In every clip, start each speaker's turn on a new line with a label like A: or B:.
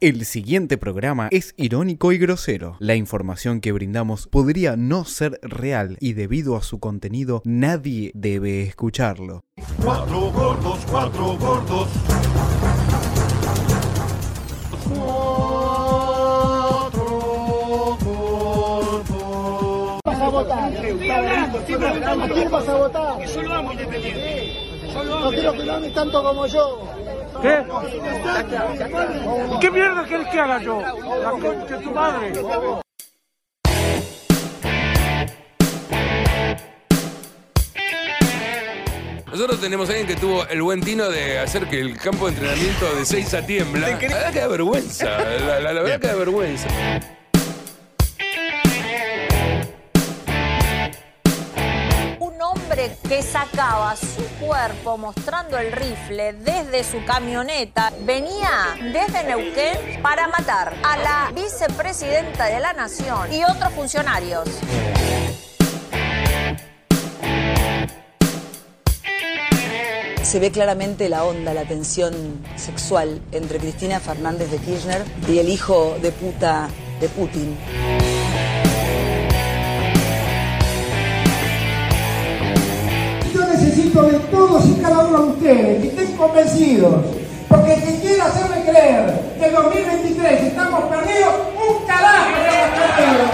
A: El siguiente programa es irónico y grosero. La información que brindamos podría no ser real y debido a su contenido nadie debe escucharlo.
B: Cuatro gordos, cuatro gordos. Cuatro gordos.
C: vas a votar? ¿A quién vas a votar? Yo lo amo independiente. No quiero que lo ames tanto como yo.
D: ¿Qué? ¿Qué mierda querés que haga yo? La concha de tu madre.
E: Nosotros tenemos a alguien que tuvo el buen tino de hacer que el campo de entrenamiento de 6 a tiembla. La verdad que da vergüenza. La, la- la verdad que da vergüenza.
F: Un hombre que sacaba su cuerpo mostrando el rifle desde su camioneta venía desde Neuquén para matar a la vicepresidenta de la Nación y otros funcionarios.
G: Se ve claramente la onda, la tensión sexual entre Cristina Fernández de Kirchner y el hijo de puta de Putin.
H: Yo necesito de todos y cada uno de ustedes que estén convencidos, porque el que quiera hacerme creer que en 2023 estamos perdidos, un carajo estamos perdidos.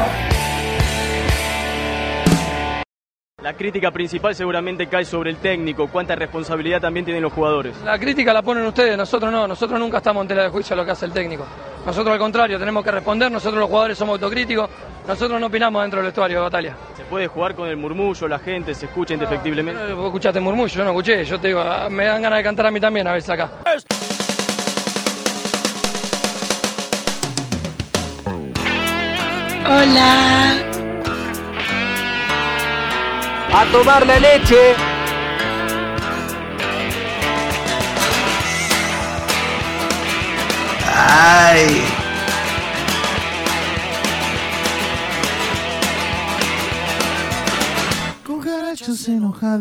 I: La crítica principal seguramente cae sobre el técnico, cuánta responsabilidad también tienen los jugadores.
D: La crítica la ponen ustedes, nosotros no, nosotros nunca estamos en tela de juicio a lo que hace el técnico. Nosotros al contrario, tenemos que responder, nosotros los jugadores somos autocríticos, nosotros no opinamos dentro del vestuario, Batalla.
I: Se puede jugar con el murmullo, la gente se escucha indefectiblemente.
D: Vos escuchaste murmullo, yo no escuché, yo te digo, ah, me dan ganas de cantar a mí también a veces acá.
I: ¡A tomar la leche!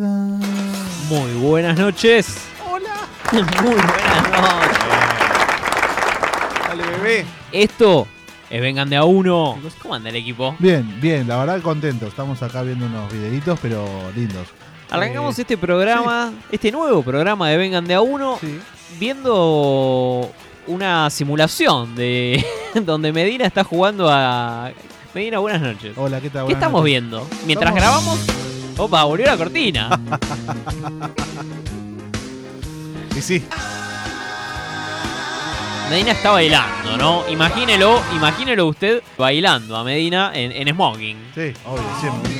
J: Muy buenas noches. Hola. Muy buenas noches.
K: Dale, bebé.
J: Esto es Vengan de a uno. ¿Cómo anda el equipo?
K: Bien, bien, la verdad contento. Estamos acá viendo unos videitos, pero lindos.
J: Arrancamos este programa, este nuevo programa de Vengan de a uno,
K: Sí.
J: viendo una simulación de donde Medina está jugando a Medina, buenas noches.
K: Hola, ¿qué tal?
J: ¿Qué
K: Buenas
J: estamos
K: noches.
J: viendo? Mientras
K: Estamos-
J: grabamos, opa, volvió la cortina.
K: Y sí,
J: Medina está bailando, ¿no? Imagínelo, imagínelo usted bailando a Medina en, en smoking.
K: sí, obvio, siempre.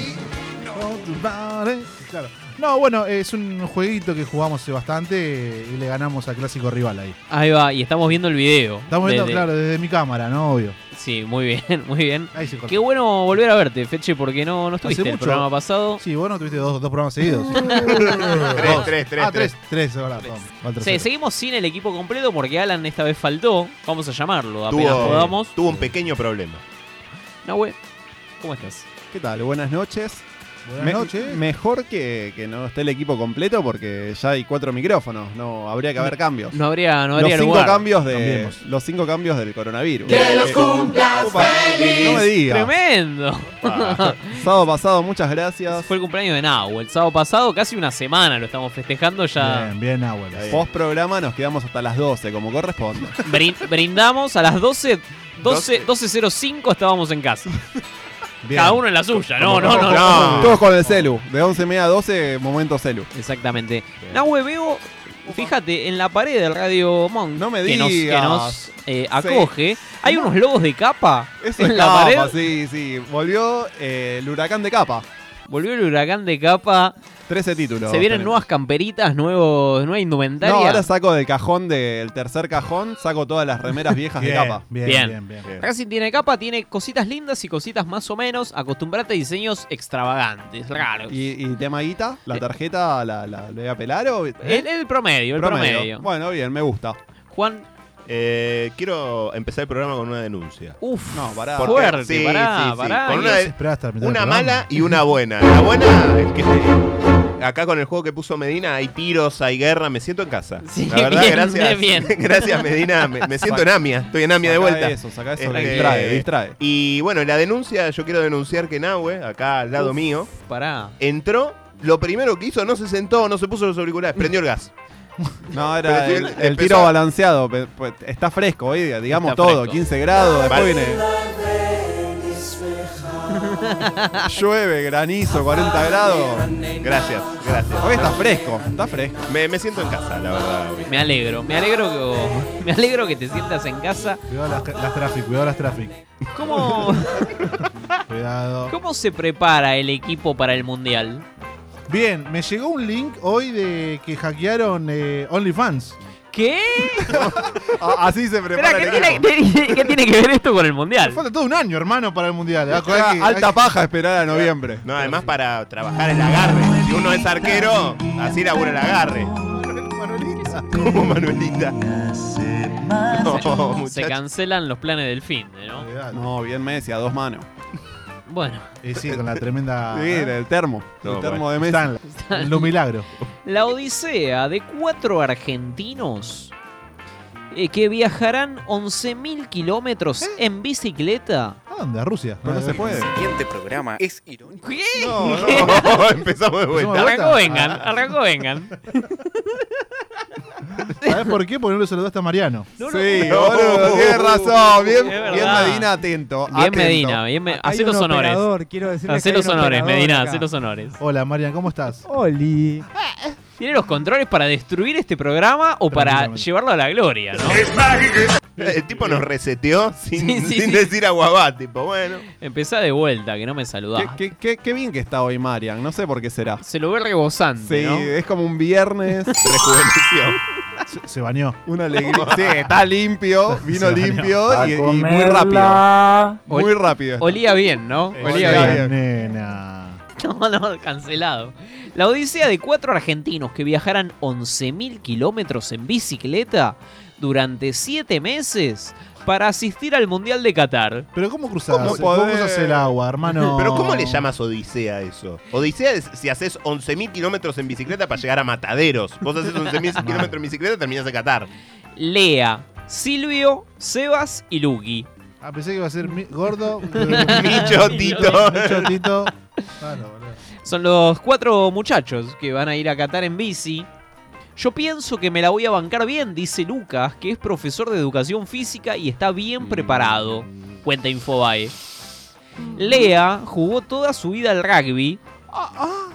K: Claro. No, bueno, es un jueguito que jugamos hace bastante eh, y le ganamos al clásico rival ahí.
J: Ahí va, y estamos viendo el video.
K: Estamos viendo,
J: de- de-
K: claro, desde mi cámara, ¿no? Obvio.
J: Sí, muy bien, muy bien.
K: Ahí se cortó.
J: Qué bueno volver a verte, Feche, porque no, no estuviste el
K: mucho.
J: programa pasado.
K: Sí, vos no tuviste dos, dos programas seguidos.
B: Tres, tres, tres,
K: ah,
B: tres.
K: tres. Tres, ahora. vamos, va el
J: Sí,
K: tercero.
J: seguimos sin el equipo completo porque Alan esta vez faltó. Vamos a llamarlo, apenas
B: Tuvo,
J: podamos.
B: tuvo un pequeño problema.
J: Nahue, ¿cómo estás?
L: ¿Qué tal? Buenas noches.
K: Buenas
L: Me-
K: noches.
L: Mejor que, que no esté el equipo completo porque ya hay cuatro micrófonos. No habría que haber cambios.
J: No habría, no
L: los
J: habría
L: cinco
J: lugar.
L: cambios de
K: Cambiemos.
L: los cinco cambios del coronavirus. Eh,
B: Opa.
L: No me digas. Ah,
J: Tremendo.
L: Sábado pasado, muchas gracias.
J: Fue el cumpleaños de Nahue. El sábado pasado, casi una semana lo estamos festejando. Ya
K: Bien, bien, abuela.
L: Post programa nos quedamos hasta las 12, como corresponde.
J: brin- brindamos a las 12. 12 12.05 estábamos en casa. Cada uno en la suya. No, no, no. no.
K: Ah.
L: Todos con el celu. De 11 a 12, momento celu.
J: Exactamente. Nahue, veo, fíjate, en la pared del Radio Monk,
L: No me
J: que nos, que
L: digas.
J: nos, eh, acoge, hay unos logos de capa
L: Eso
J: en
L: es
J: la
L: capa,
J: pared.
L: sí, sí. Volvió eh, el huracán de capa.
J: Volvió el huracán de capa,
L: 13 títulos.
J: se vienen
L: tenemos.
J: nuevas camperitas, nuevos, nueva indumentaria.
L: No, ahora saco del cajón del tercer cajón, saco todas las remeras viejas de
K: Bien,
L: capa.
K: bien, bien,
J: Bien.
K: bien.
J: Racing tiene capa, tiene cositas lindas y cositas más o menos. Acostumbrate a diseños extravagantes, raros.
L: Y, y tema guita, la tarjeta la, la, la voy a pelar o.
J: El, el promedio, el promedio.
L: Bueno, bien, me gusta.
J: Juan,
B: Eh, quiero empezar el programa con una denuncia.
J: uff,
L: No, pará.
B: Porque-
J: fuerte,
B: sí,
J: pará,
B: sí, sí.
J: pará.
B: Con
K: Esperá hasta la mitad del
B: Una
K: programa.
B: mala y una buena. La buena es que acá con el juego que puso Medina hay tiros, hay guerra, me siento en casa.
J: Sí,
B: la verdad,
J: bien,
B: gracias.
J: bien.
B: gracias Medina, me, me siento en AMIA, estoy en AMIA de
L: Sacá
B: vuelta.
L: eso, sacá eso,
B: Este,
L: distrae, distrae.
B: Y bueno, la denuncia, yo quiero denunciar que Nahue, acá al lado
J: Uf,
B: mío,
J: Pará.
B: entró, lo primero que hizo, no se sentó, no se puso los auriculares, prendió el gas.
L: No, era
B: Pero si
L: el, el
B: él empezó
L: tiro
B: a-
L: balanceado. pe- pe- Está fresco, hoy, digamos
B: Está
L: todo,
B: fresco.
L: 15 grados,
B: Vale.
L: después viene. Llueve, granizo, 40 grados.
B: Gracias, gracias.
L: Hoy está fresco, está fresco.
B: Me, me siento en casa, la verdad.
J: Me alegro, me alegro que, me alegro que te sientas en casa.
K: Cuidado las, las traffic, cuidado las traffic.
J: ¿Cómo,
K: Cuidado.
J: ¿Cómo se prepara el equipo para el mundial?
K: Bien, me llegó un link hoy de que hackearon eh, OnlyFans.
J: ¿Qué?
L: A- Así se prepara
J: ¿qué,
L: el
J: tiene,
L: equipo.
J: qué tiene que ver esto con el mundial?
K: Falta todo un año, hermano, para el mundial.
L: Ah,
K: Acordá que-
L: Alta paja esperar a noviembre.
B: No, además para trabajar el agarre. Si uno es arquero, así labura el agarre. Como Manuelita. No,
J: Se
B: muchacho.
J: cancelan los planes del fin, ¿no?
L: No, bien Messi, a dos manos.
J: Bueno,
K: Eh, sí, con la tremenda.
L: Sí, era el termo.
B: No,
L: el termo
B: bueno.
L: de Messi.
K: Stanley. Los milagros.
J: la odisea de cuatro argentinos eh, que viajarán 11.000 kilómetros en bicicleta.
K: ¿A dónde? A Rusia.
L: No, no se puede.
A: siguiente programa es irónico.
J: ¿Qué?
L: No,
B: No, empezamos de vuelta.
J: Arrancó vengan,
L: Ah,
J: arrancó vengan.
K: ¿Sabes por qué? Porque no le saludaste a Mariano.
J: No, no.
L: Sí,
B: No.
L: boludo, tienes razón. Bien,
J: Es verdad.
L: bien Medina atento.
J: Bien
L: atento.
J: Medina, bien Me- hacé los honores.
M: Quiero decirles
J: Ah, Hacé
M: que hay
J: los
M: un
J: honores,
M: operador
J: Medina,
M: acá.
J: hacé los honores.
K: Hola, Mariano, ¿cómo estás?
M: Oli.
J: ¿Tiene los controles para destruir este programa o para
K: Tranquilamente.
J: llevarlo a la gloria, no?
B: El tipo nos reseteó sin,
J: Sí, sí, sí.
B: sin decir aguabá, tipo, bueno.
J: Empezá de vuelta, que no me saludás.
L: Qué, qué- qué- qué bien que está hoy Marian, no sé por qué será.
J: Se lo ve rebosante,
L: Sí,
J: ¿no?
L: es como un viernes,
B: Rejuveneció.
K: Se, se bañó.
L: una alegría. Sí, está limpio, vino
K: Se bañó.
L: limpio
M: A
L: y, y muy
M: comerla.
L: rápido. Muy rápido.
J: Olía bien, ¿no?
L: Eh,
J: Olía
L: olía
J: bien.
L: bien.
K: Nena.
J: No, no, cancelado. La odisea de cuatro argentinos que viajarán 11.000 kilómetros en bicicleta durante siete meses para asistir al Mundial de Qatar.
K: Pero ¿cómo cruzás?
L: ¿Cómo
K: ¿Cómo,
L: podés?
K: cruzás el agua, hermano?
B: Pero ¿cómo le llamas Odisea a eso? Odisea es si haces 11.000 kilómetros en bicicleta para llegar a Mataderos. Vos haces 11.000 kilómetros en bicicleta, terminás de Qatar.
J: Lea, Silvio, Sebas y Lugi.
K: Ah, pensé que iba a ser mi- gordo.
B: Micho, Tito.
K: Micho, Tito. Ah, no, boludo.
J: Son los cuatro muchachos que van a ir a Qatar en bici. Yo pienso que me la voy a bancar bien, dice Lucas, que es profesor de educación física y está bien preparado, cuenta Infobae. Lea jugó toda su vida al rugby,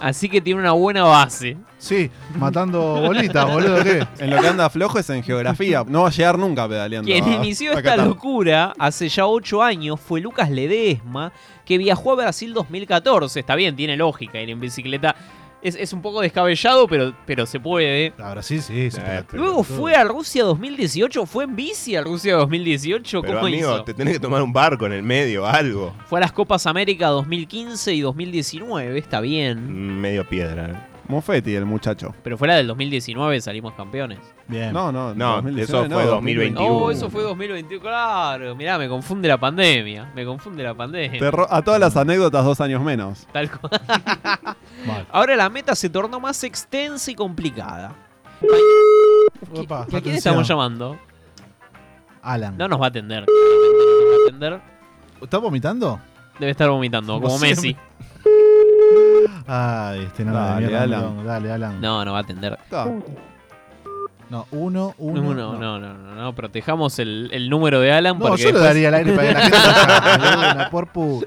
J: así que tiene una buena base.
K: Sí, matando bolitas, boludo. ¿Qué?
L: En lo que anda flojo es en geografía. No va a llegar nunca pedaleando.
J: Quien
L: a-
J: inició
L: a
J: esta
K: Ah.
L: Qatar.
J: locura hace ya ocho años fue Lucas Ledesma, que viajó a Brasil 2014. Está bien, tiene lógica ir en bicicleta. Es, es un poco descabellado, pero, pero se puede. ¿eh?
K: Ahora sí, sí. sí,
B: Eh,
K: pero-
J: Luego fue a Rusia 2018, fue en bici a Rusia 2018, ¿cómo
B: Pero amigo,
J: hizo?
B: te tenés que tomar un barco en el medio, algo.
J: Fue a las Copas América 2015 y 2019, está bien.
B: Mm, Medio piedra. ¿eh?
L: Mofetti, el muchacho.
J: Pero fuera del 2019 salimos campeones.
K: Bien.
L: No, no,
B: No,
L: 2019,
B: eso fue 2021.
J: Oh, eso fue 2021, claro. Mirá, me confunde la pandemia. Me confunde la pandemia.
L: Te ro- a todas las anécdotas, dos años menos.
J: Tal cual.
K: Mal.
J: Ahora la meta se tornó más extensa y complicada.
K: Opa,
J: ¿A quién
K: atención.
J: estamos llamando?
K: Alan.
J: No nos va a atender. claramente no nos va a atender.
K: ¿Estás vomitando?
J: Debe estar vomitando,
K: Como
J: como Messi.
K: siempre. Ay, este no
L: Dale, Alan.
K: Dale, Alan.
J: No, no va a atender.
L: Está.
K: No, uno, uno.
J: No, no, no, no, no, no, protejamos el, el número de Alan
K: No,
J: porque
K: yo lo
J: después
K: daría al aire para que la gente se haga, boludo, por pu-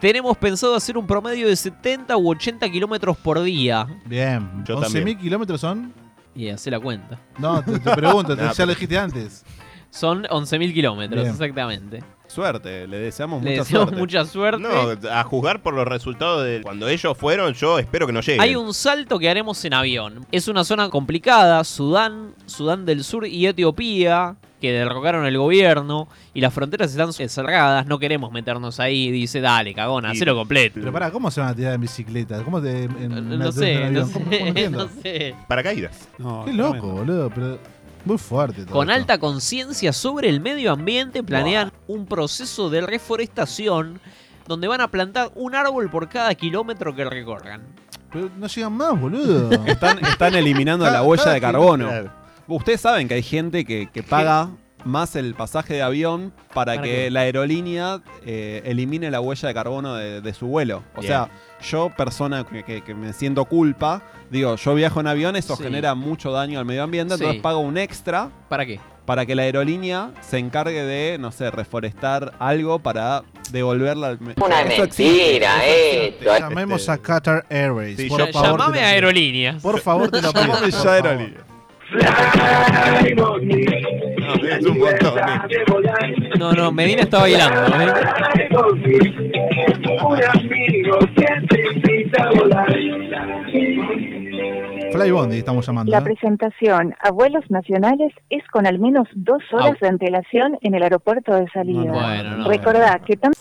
J: tenemos pensado hacer un promedio de 70 u 80 kilómetros por día.
K: Bien.
B: Yo
K: 11.000 kilómetros son.
J: Y hacé la cuenta.
K: No, te, te pregunto, te-
B: No,
K: ya
B: pero-
K: lo dijiste antes.
J: Son 11.000 kilómetros,
K: Bien.
J: exactamente.
L: Suerte, le deseamos
J: Le
L: mucha
J: deseamos
L: suerte.
J: mucha suerte.
B: No, a juzgar por los resultados de cuando ellos fueron, yo espero que no lleguen.
J: Hay un salto que haremos en avión. Es una zona complicada. Sudán, Sudán del Sur y Etiopía, que derrocaron el gobierno y las fronteras están cerradas. No queremos meternos ahí. Dice, dale, cagón,
B: Y-
J: hacelo completo.
K: Pero pará, ¿cómo se van a tirar en bicicleta? ¿Cómo te. en-
J: No,
K: en-
J: no
K: en- en
J: sé,
K: avión?
J: no
K: ¿Cómo- cómo
J: sé,
K: entiendo?
J: no sé.
B: Paracaídas.
L: No,
K: Qué
L: tremendo.
K: loco, boludo. Pero muy fuerte. todo
J: Con
K: esto.
J: alta conciencia sobre el medio ambiente planean un proceso de reforestación donde van a plantar un árbol por cada kilómetro que recorran.
K: Pero no llegan más, boludo.
L: Están, están eliminando la
K: Cada-
L: huella
K: cada
L: de
K: quien-
L: carbono.
K: claro.
L: Ustedes saben que hay gente que, que paga más el pasaje de avión para,
K: ¿Para
L: que
K: qué?
L: la aerolínea eh, elimine la huella de carbono de, de su vuelo. O
K: Bien.
L: sea, yo, persona que, que- que me siento culpa, digo, yo viajo en avión, eso
J: Sí.
L: genera mucho daño al medio ambiente,
J: Sí.
L: entonces pago un extra
J: ¿Para qué?
L: para que la aerolínea se encargue de, no sé, reforestar algo para devolverla.
J: Una mentira, eh.
L: esto.
K: Llamemos a Qatar Airways.
L: Sí,
K: por
L: ya-
K: favor, te lo
L: llamame a
K: pido.
L: Aerolíneas.
K: Por favor, te lo pido. por
L: Llamame ya
K: favor.
L: Aerolíneas.
B: Es un montón.
J: No, no, Medina está bailando. ¿eh?
K: Fly Bondi estamos llamando.
M: La
K: ¿eh?
M: presentación a vuelos nacionales es con al menos dos horas de antelación en el aeropuerto de salida.
J: Bueno, no,
M: Recordá que tan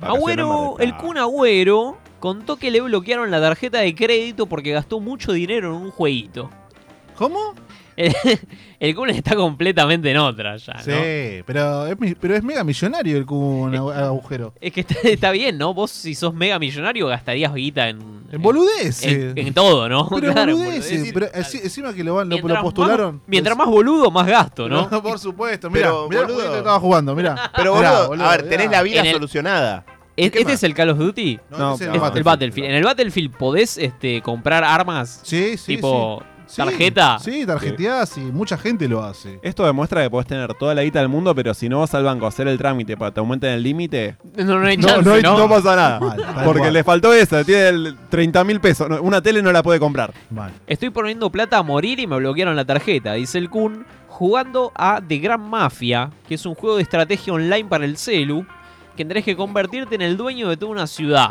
J: Agüero, el Kun Agüero contó que le bloquearon la tarjeta de crédito porque gastó mucho dinero en un jueguito.
K: ¿Cómo?
J: El, el Kun está completamente en otra ya, Ah, ¿no? Eh,
K: Sí, pero es, mi- pero es mega millonario el Kun agu- agujero.
J: Es que está, está bien, ¿no? Vos si sos mega millonario gastarías guita en...
K: En boludeces.
J: En, en todo, ¿no?
K: Pero
J: Claro,
K: boludeces,
J: boludeces.
K: pero enci- encima que lo, van- lo- lo,
J: Mientras
K: postularon.
J: más- mientras más boludo, más gasto, ¿no?
K: por supuesto, mira,
B: Pero,
K: mira
B: boludo.
K: que estaba jugando, mira.
B: Pero, boludo, a ver, tenés la vida
J: En el-
B: solucionada.
J: ¿E- ¿Este es el Call of Duty?
K: No, No, este es el
J: el
K: Battlefield.
J: Battlefield. En el Battlefield podés este, comprar armas
K: Sí, sí,
J: eh, tipo
K: sí.
J: tarjeta.
K: Sí, tarjeteás y mucha gente lo hace.
L: Esto demuestra que podés tener toda la guita del mundo, pero si no vas al banco a hacer el trámite para que te aumenten el límite,
J: No, no hay
L: no,
J: chance,
L: no hay-
J: ¿no?
L: no pasa nada.
K: Mal, tal
L: porque
K: cual.
L: le faltó esa, tiene el 30 mil pesos. No, una tele no la puede comprar.
K: Mal.
J: Estoy poniendo plata a morir y me bloquearon la tarjeta, dice el Kun, jugando a The Grand Mafia, que es un juego de estrategia online para el celu, que tendrás que convertirte en el dueño de toda una ciudad.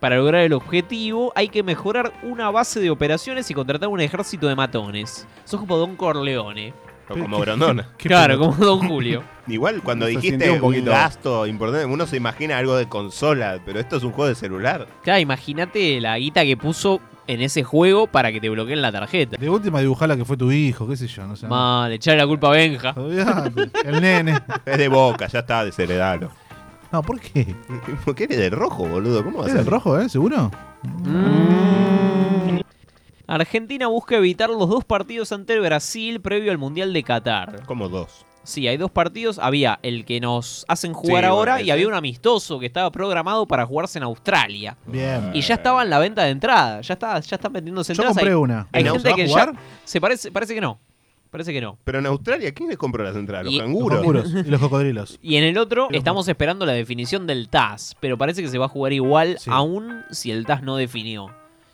J: Para lograr el objetivo hay que mejorar una base de operaciones y contratar un ejército de matones. Sos como Don Corleone.
B: O como Grondona.
J: Claro, como Don Julio.
B: Igual cuando
J: Se
B: dijiste
J: sintió un
B: un,
J: poquito.
B: gasto importante, uno se imagina algo de consola, pero esto es un juego de celular.
J: Claro, imagínate la guita que puso en ese juego para que te bloqueen la tarjeta.
K: De última dibujala que fue tu hijo, qué sé yo, no sé.
J: Mal, echarle la culpa a Benja.
K: Olvidate, El nene.
B: Es de boca, ya está, desheredalo.
K: No, ¿por qué?
B: ¿Por qué eres de rojo, boludo? ¿Cómo vas
K: ¿Era
B: a
K: el rojo, eh? ¿Seguro?
J: Argentina busca evitar los dos partidos ante Brasil previo al Mundial de Qatar.
B: Como dos.
J: Sí, hay dos partidos. Había el que nos hacen jugar
B: Sí,
J: ahora
B: bueno,
J: y
B: ese.
J: había un amistoso que estaba programado para jugarse en Australia.
K: Bien.
J: Y ya estaba en la venta de entrada. Ya está, ya están vendiéndose
K: Yo
J: entradas.
K: compré
J: Hay-
K: una.
J: Hay
K: ¿Y no se
J: gente
K: va
J: que
K: a
J: ya.
K: jugar?
J: Se parece, parece que no. Parece que no.
B: Pero en Australia, ¿quién les compró las entradas? Los
J: Y-
B: canguros.
K: Los canguros y los cocodrilos.
J: Y en el otro estamos esperando la definición del TAS, pero parece que se va a jugar igual aún si el TAS no definió.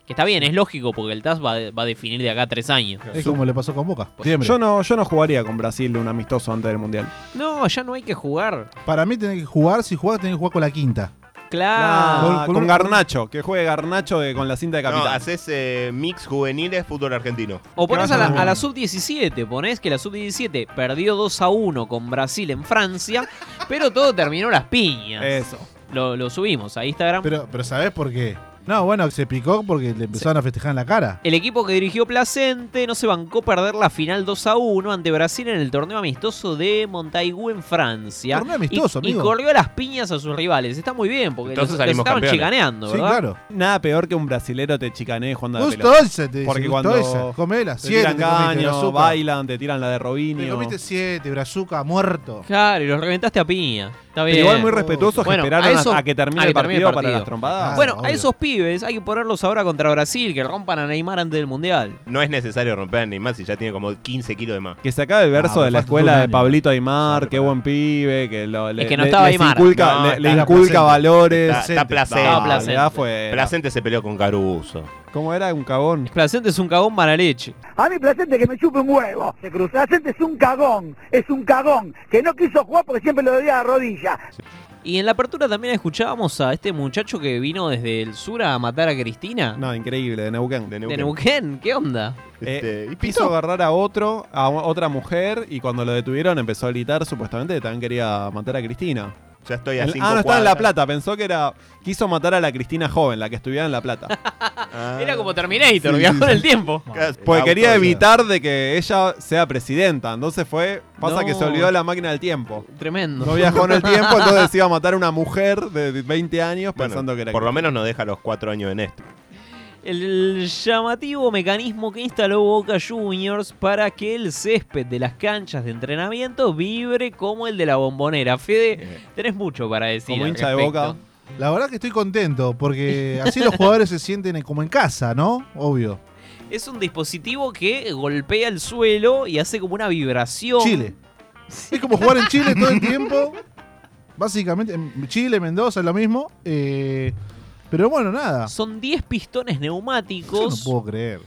J: Que está bien, es lógico porque el TAS va, a- va a definir de acá a tres años.
K: Es como le pasó con Boca.
J: Pues,
K: Siempre.
L: Yo no, yo no jugaría con Brasil un amistoso antes del mundial.
J: No, ya no hay que jugar.
K: Para mí tenés que jugar, si jugás tenés que jugar con la quinta.
J: Claro.
L: Ah, con, Garnacho, que juegue Garnacho de- con la cinta de
B: No,
L: capitán.
B: haces eh, mix juveniles fútbol argentino.
J: O ponés a la, a la sub-17, ponés que la sub-17 perdió 2 a 1 con Brasil en Francia, pero todo terminó las piñas.
L: Eso.
J: Lo, lo subimos a Instagram.
K: Pero, pero ¿sabés por qué? No, bueno, se picó porque le empezaron a festejar en la cara.
J: El equipo que dirigió Placente no se bancó perder la final 2 a 1 ante Brasil en el torneo amistoso de Montaigú en Francia.
K: Torneo amistoso,
J: y, y
K: amigo.
J: corrió a las piñas a sus rivales. Está muy bien, porque los,
L: Entonces
J: los
L: salimos
J: estaban
L: campeones.
J: chicaneando, ¿verdad?
L: Nada peor que un brasilero te chicanee jugando a la
K: Gusto
L: pelota.
K: ese, te dice,
L: Porque
K: gusto
L: cuando
K: ese. Comela,
L: te
K: siete
L: tiran
K: te comiste,
L: caño,
K: brazuca.
L: bailan, te tiran la de Robinho.
K: Te comiste siete, Brazuca, muerto.
J: Claro, y los reventaste a piña. Está
L: Pero
J: bien.
L: igual muy respetuosos que esperaron
J: esos-
L: a- a que termine el partido para las
K: Ah,
L: trompadas.
J: bueno,
L: Claro,
J: a
L: obvio.
J: esos pibes hay que ponerlos ahora contra Brasil, que rompan a Neymar antes del Mundial.
B: No es necesario romper a Neymar si ya tiene como 15 kilos de más.
L: Que se acabe el verso
B: Ah,
L: de la
B: falta
L: escuela
B: todo un
L: de
B: año.
L: Pablito Aymar, qué buen pibe, que lo, le,
J: Es que no
L: le-
J: estaba
L: les
J: Aymar.
L: inculca,
B: No,
L: le, le
B: está
L: inculca
B: Placente.
L: valores.
B: Está, está placente.
L: Dale,
J: Placente.
L: ya fue.
B: Placente se peleó con Caruso.
L: ¿Cómo era? Un cagón.
J: Placente es un cagón mala leche.
N: A mí Placente que me chupe un huevo. Se cruza. Placente es un cagón, es un cagón, que no quiso jugar porque siempre lo debía a la rodilla.
J: Y en la apertura también escuchábamos a este muchacho que vino desde el sur a matar a Cristina.
L: No, increíble, de Neuquén.
J: De Neuquén, ¿qué onda?
L: Eh, quiso agarrar a otro, a o- otra mujer, y cuando lo detuvieron empezó a gritar, supuestamente, que también quería matar a Cristina.
B: Ya estoy a
L: En-
B: cinco
L: Ah, no, estaba en La
B: cuadras.
L: Plata, pensó que era... Quiso matar a la Cristina joven, la que estudiaba en La Plata.
B: Ah.
J: Era como Terminator,
L: Sí,
J: viajó
L: sí,
J: en el
L: sí.
J: tiempo.
L: Porque quería evitar de que ella sea presidenta. Entonces fue. Pasa
J: No.
L: que se olvidó de la máquina del tiempo.
J: Tremendo.
L: No viajó en el tiempo, entonces iba a matar a una mujer de 20 años
B: Bueno,
L: pensando que era.
B: Por lo menos nos deja los cuatro años en esto.
J: El llamativo mecanismo que instaló Boca Juniors para que el césped de las canchas de entrenamiento vibre como el de la bombonera. Fede, tenés mucho para decir.
K: Eh, Como
J: al
K: hincha de
J: respecto.
K: Boca. La verdad que estoy contento, porque así los jugadores se sienten como en casa, ¿no? Obvio.
J: Es un dispositivo que golpea el suelo y hace como una vibración.
K: Chile. Es como jugar en Chile todo el tiempo. Básicamente, en Chile, Mendoza, es lo mismo. Eh, pero bueno, nada.
J: Son 10 pistones neumáticos.
K: no puedo creer.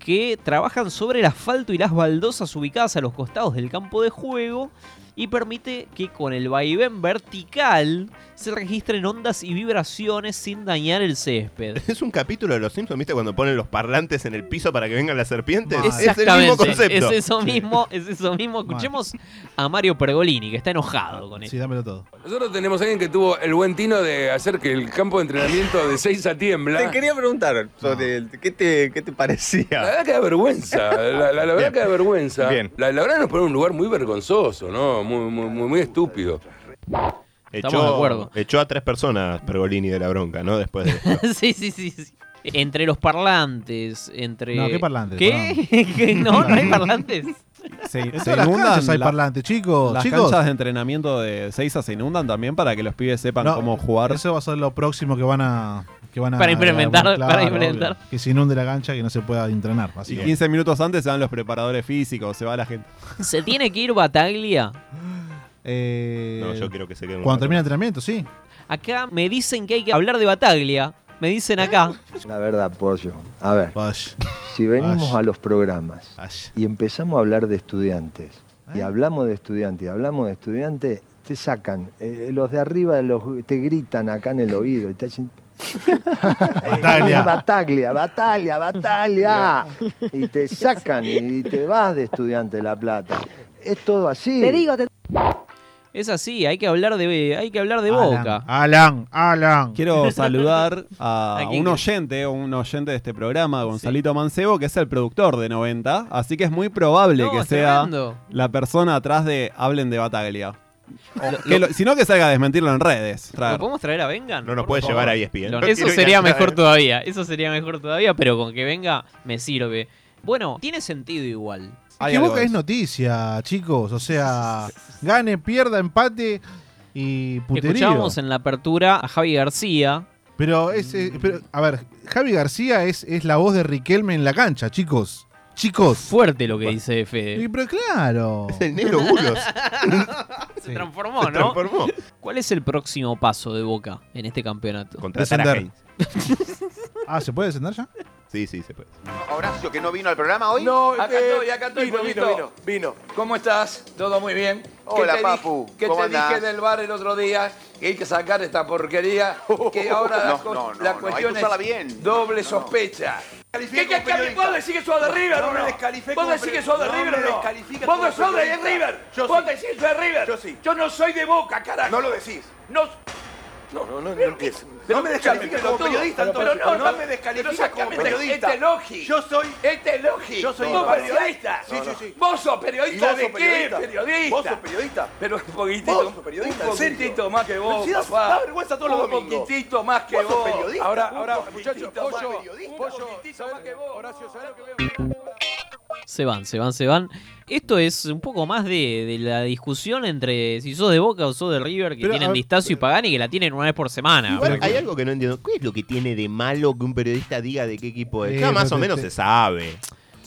J: que trabajan sobre el asfalto y las baldosas ubicadas a los costados del campo de juego y permite que con el vaivén vertical se registren ondas y vibraciones sin dañar el césped.
B: Es un capítulo de Los Simpsons, ¿viste? Cuando ponen los parlantes en el piso para que vengan las serpientes. Es el mismo
J: Exactamente,
B: concepto.
J: es eso mismo, es eso mismo. Escuchemos a Mario Pergolini, que está enojado con esto.
K: Sí, dámelo todo.
E: Nosotros tenemos a alguien que tuvo el buen tino de hacer que el campo de entrenamiento de Seiza tiembla.
O: Te quería preguntar sobre el- ¿qué, te, qué te
E: La
O: parecía.
E: verdad que da vergüenza, la, la- la verdad
O: Bien.
E: que da vergüenza.
O: Bien.
E: La, la verdad nos pone en un lugar muy vergonzoso, ¿no? Muy, muy, muy, muy estúpido.
B: Echó,
J: Estamos de acuerdo.
B: echó a tres personas Pergolini de la bronca, ¿no? Después de
J: sí, sí, sí, sí. Entre los parlantes, entre...
K: No, ¿qué parlantes?
J: ¿Qué? ¿Qué? No, no hay parlantes.
L: Se,
K: En
L: se
K: todas las
L: inundan
K: canchas hay
L: la-
K: parlantes, chicos.
L: Las
K: chicos.
L: canchas de entrenamiento de Seiza se inundan también para que los pibes sepan
K: No,
L: cómo jugar.
K: Eso va a ser lo próximo que van a. Que van a
J: Para implementar,
K: claro,
J: para
K: obvio.
J: implementar.
K: Que se inunde la cancha, que no se pueda entrenar. Así
L: Y
K: que-
L: 15 minutos antes se van los preparadores físicos, se va la gente.
J: ¿Se tiene que ir Bataglia?
K: Eh,
B: No, yo quiero que se quede un
K: Cuando
B: rato.
K: termina el entrenamiento, sí.
J: Acá me dicen que hay que hablar de Bataglia. Me dicen acá.
P: La verdad, pollo. A ver. Eh, Si venimos a los programas y empezamos a hablar de estudiantes, y hablamos de estudiantes, y hablamos de estudiantes, te sacan. eh, los de arriba los, te gritan acá en el oído. Y te hacen,
K: Bataglia.
P: Bataglia, Bataglia, Bataglia. Y te sacan y te vas de estudiante de La Plata. Es todo así.
J: Te digo, Es así, hay que hablar de, hay que hablar de Boca.
K: Alan, Alan.
L: Quiero saludar a
J: ¿A quién?
L: un oyente, un oyente de este programa, Gonzalito Mancebo, que es el productor de 90. Así que es muy probable
J: No,
L: que
J: es
L: sea
J: tremendo.
L: la persona atrás de Hablen de Bataglia. Que lo- sino que salga a desmentirlo en redes.
J: ¿Lo podemos traer a Vengan?
L: No nos
J: Por
L: puede
J: favor.
L: llevar a ESPN.
J: Lo-
L: No
J: eso
L: quiero ir a
J: sería
L: nada,
J: mejor
L: eh.
J: todavía. Eso sería mejor todavía, pero con que venga me sirve. Bueno, tiene sentido igual.
K: Que Boca es noticia, chicos. O sea, gane, pierda, empate y puterío.
J: Escuchábamos en la apertura a Javi García.
K: Pero, es, eh, pero, a ver, Javi García es, es la voz de Riquelme en la cancha, chicos. Chicos.
J: Fuerte lo que dice Fede.
K: Y, pero claro. Es
B: el negro Bulos.
J: Se transformó, ¿no? ¿Cuál es el próximo paso de Boca en este campeonato?
B: Contratar a Descender.
K: ah, ¿se puede descender ya?
B: Sí, sí, se puede.
Q: Horacio, que no vino al programa hoy.
R: No,
Q: acá estoy, acá estoy,
R: vino,
Q: Pablito.
R: vino, vino, ¿Cómo estás? ¿Todo muy bien? ¿Qué
Q: Hola,
R: te
Q: Papu,
R: dij- ¿Qué
Q: ¿cómo
R: te
Q: andás?
R: dije en el bar el otro día? Que hay que sacar esta porquería. Que ahora la,
Q: Oh, No,
R: co-
Q: no,
R: la
Q: no, no, hay
R: cuestión
Q: que usarla
R: es
Q: bien.
R: doble sospecha. ¿Qué, qué, qué, vos decís que sos de River o no? ¿Vos decís que sos de River o no? ¿Vos sos de River? ¿Vos decís que sos de River? Yo sí. Yo no soy de Boca, carajo. No lo decís. No... No, no, no, no empieces.
Q: No me descalifiques como periodista,
R: Pero
Q: entonces.
R: no, no,
Q: me descalifiques
R: pero
Q: como
R: sacame de-
Q: periodista.
R: Este logi.
Q: Yo soy...
R: Este logi.
Q: Yo soy
R: Vos
Q: impar-
R: periodista.
Q: Sí, sí, sí.
R: Vos sos
Q: ¿Y
R: periodista
Q: vos
R: de
Q: sos
R: qué
Q: periodista?
R: periodista.
Q: ¿Vos sos periodista?
R: Pero un poquitito.
Q: ¿Vos sos periodista?
R: Un
Q: ¿En serio?
R: poquitito más que vos,
Q: Si das-
R: papá.
Q: da vergüenza todos los
R: Un
Q: domingos.
R: poquitito más que
Q: ¿Vos
R: vos.
Q: sos periodista?
R: Ahora,
Q: Un
R: ahora,
Q: poquitito
R: muchachos,
Q: más
R: pollo,
Q: periodista.
R: un poquitito más que vos. Horacio, ¿sabés lo que veo?
J: Se van, se van, se van. Esto es un poco más de, de la discusión entre si sos de Boca o sos de River, que
B: Pero,
J: tienen
B: a-
J: Distacio y Pagani, que la tienen una vez por semana.
B: Igual hay algo que no entiendo. ¿Qué es lo que tiene de malo que un periodista diga de qué equipo es?
J: Eh,
B: Ya más
J: pero
B: o
J: te-
B: menos
J: te-
B: se sabe.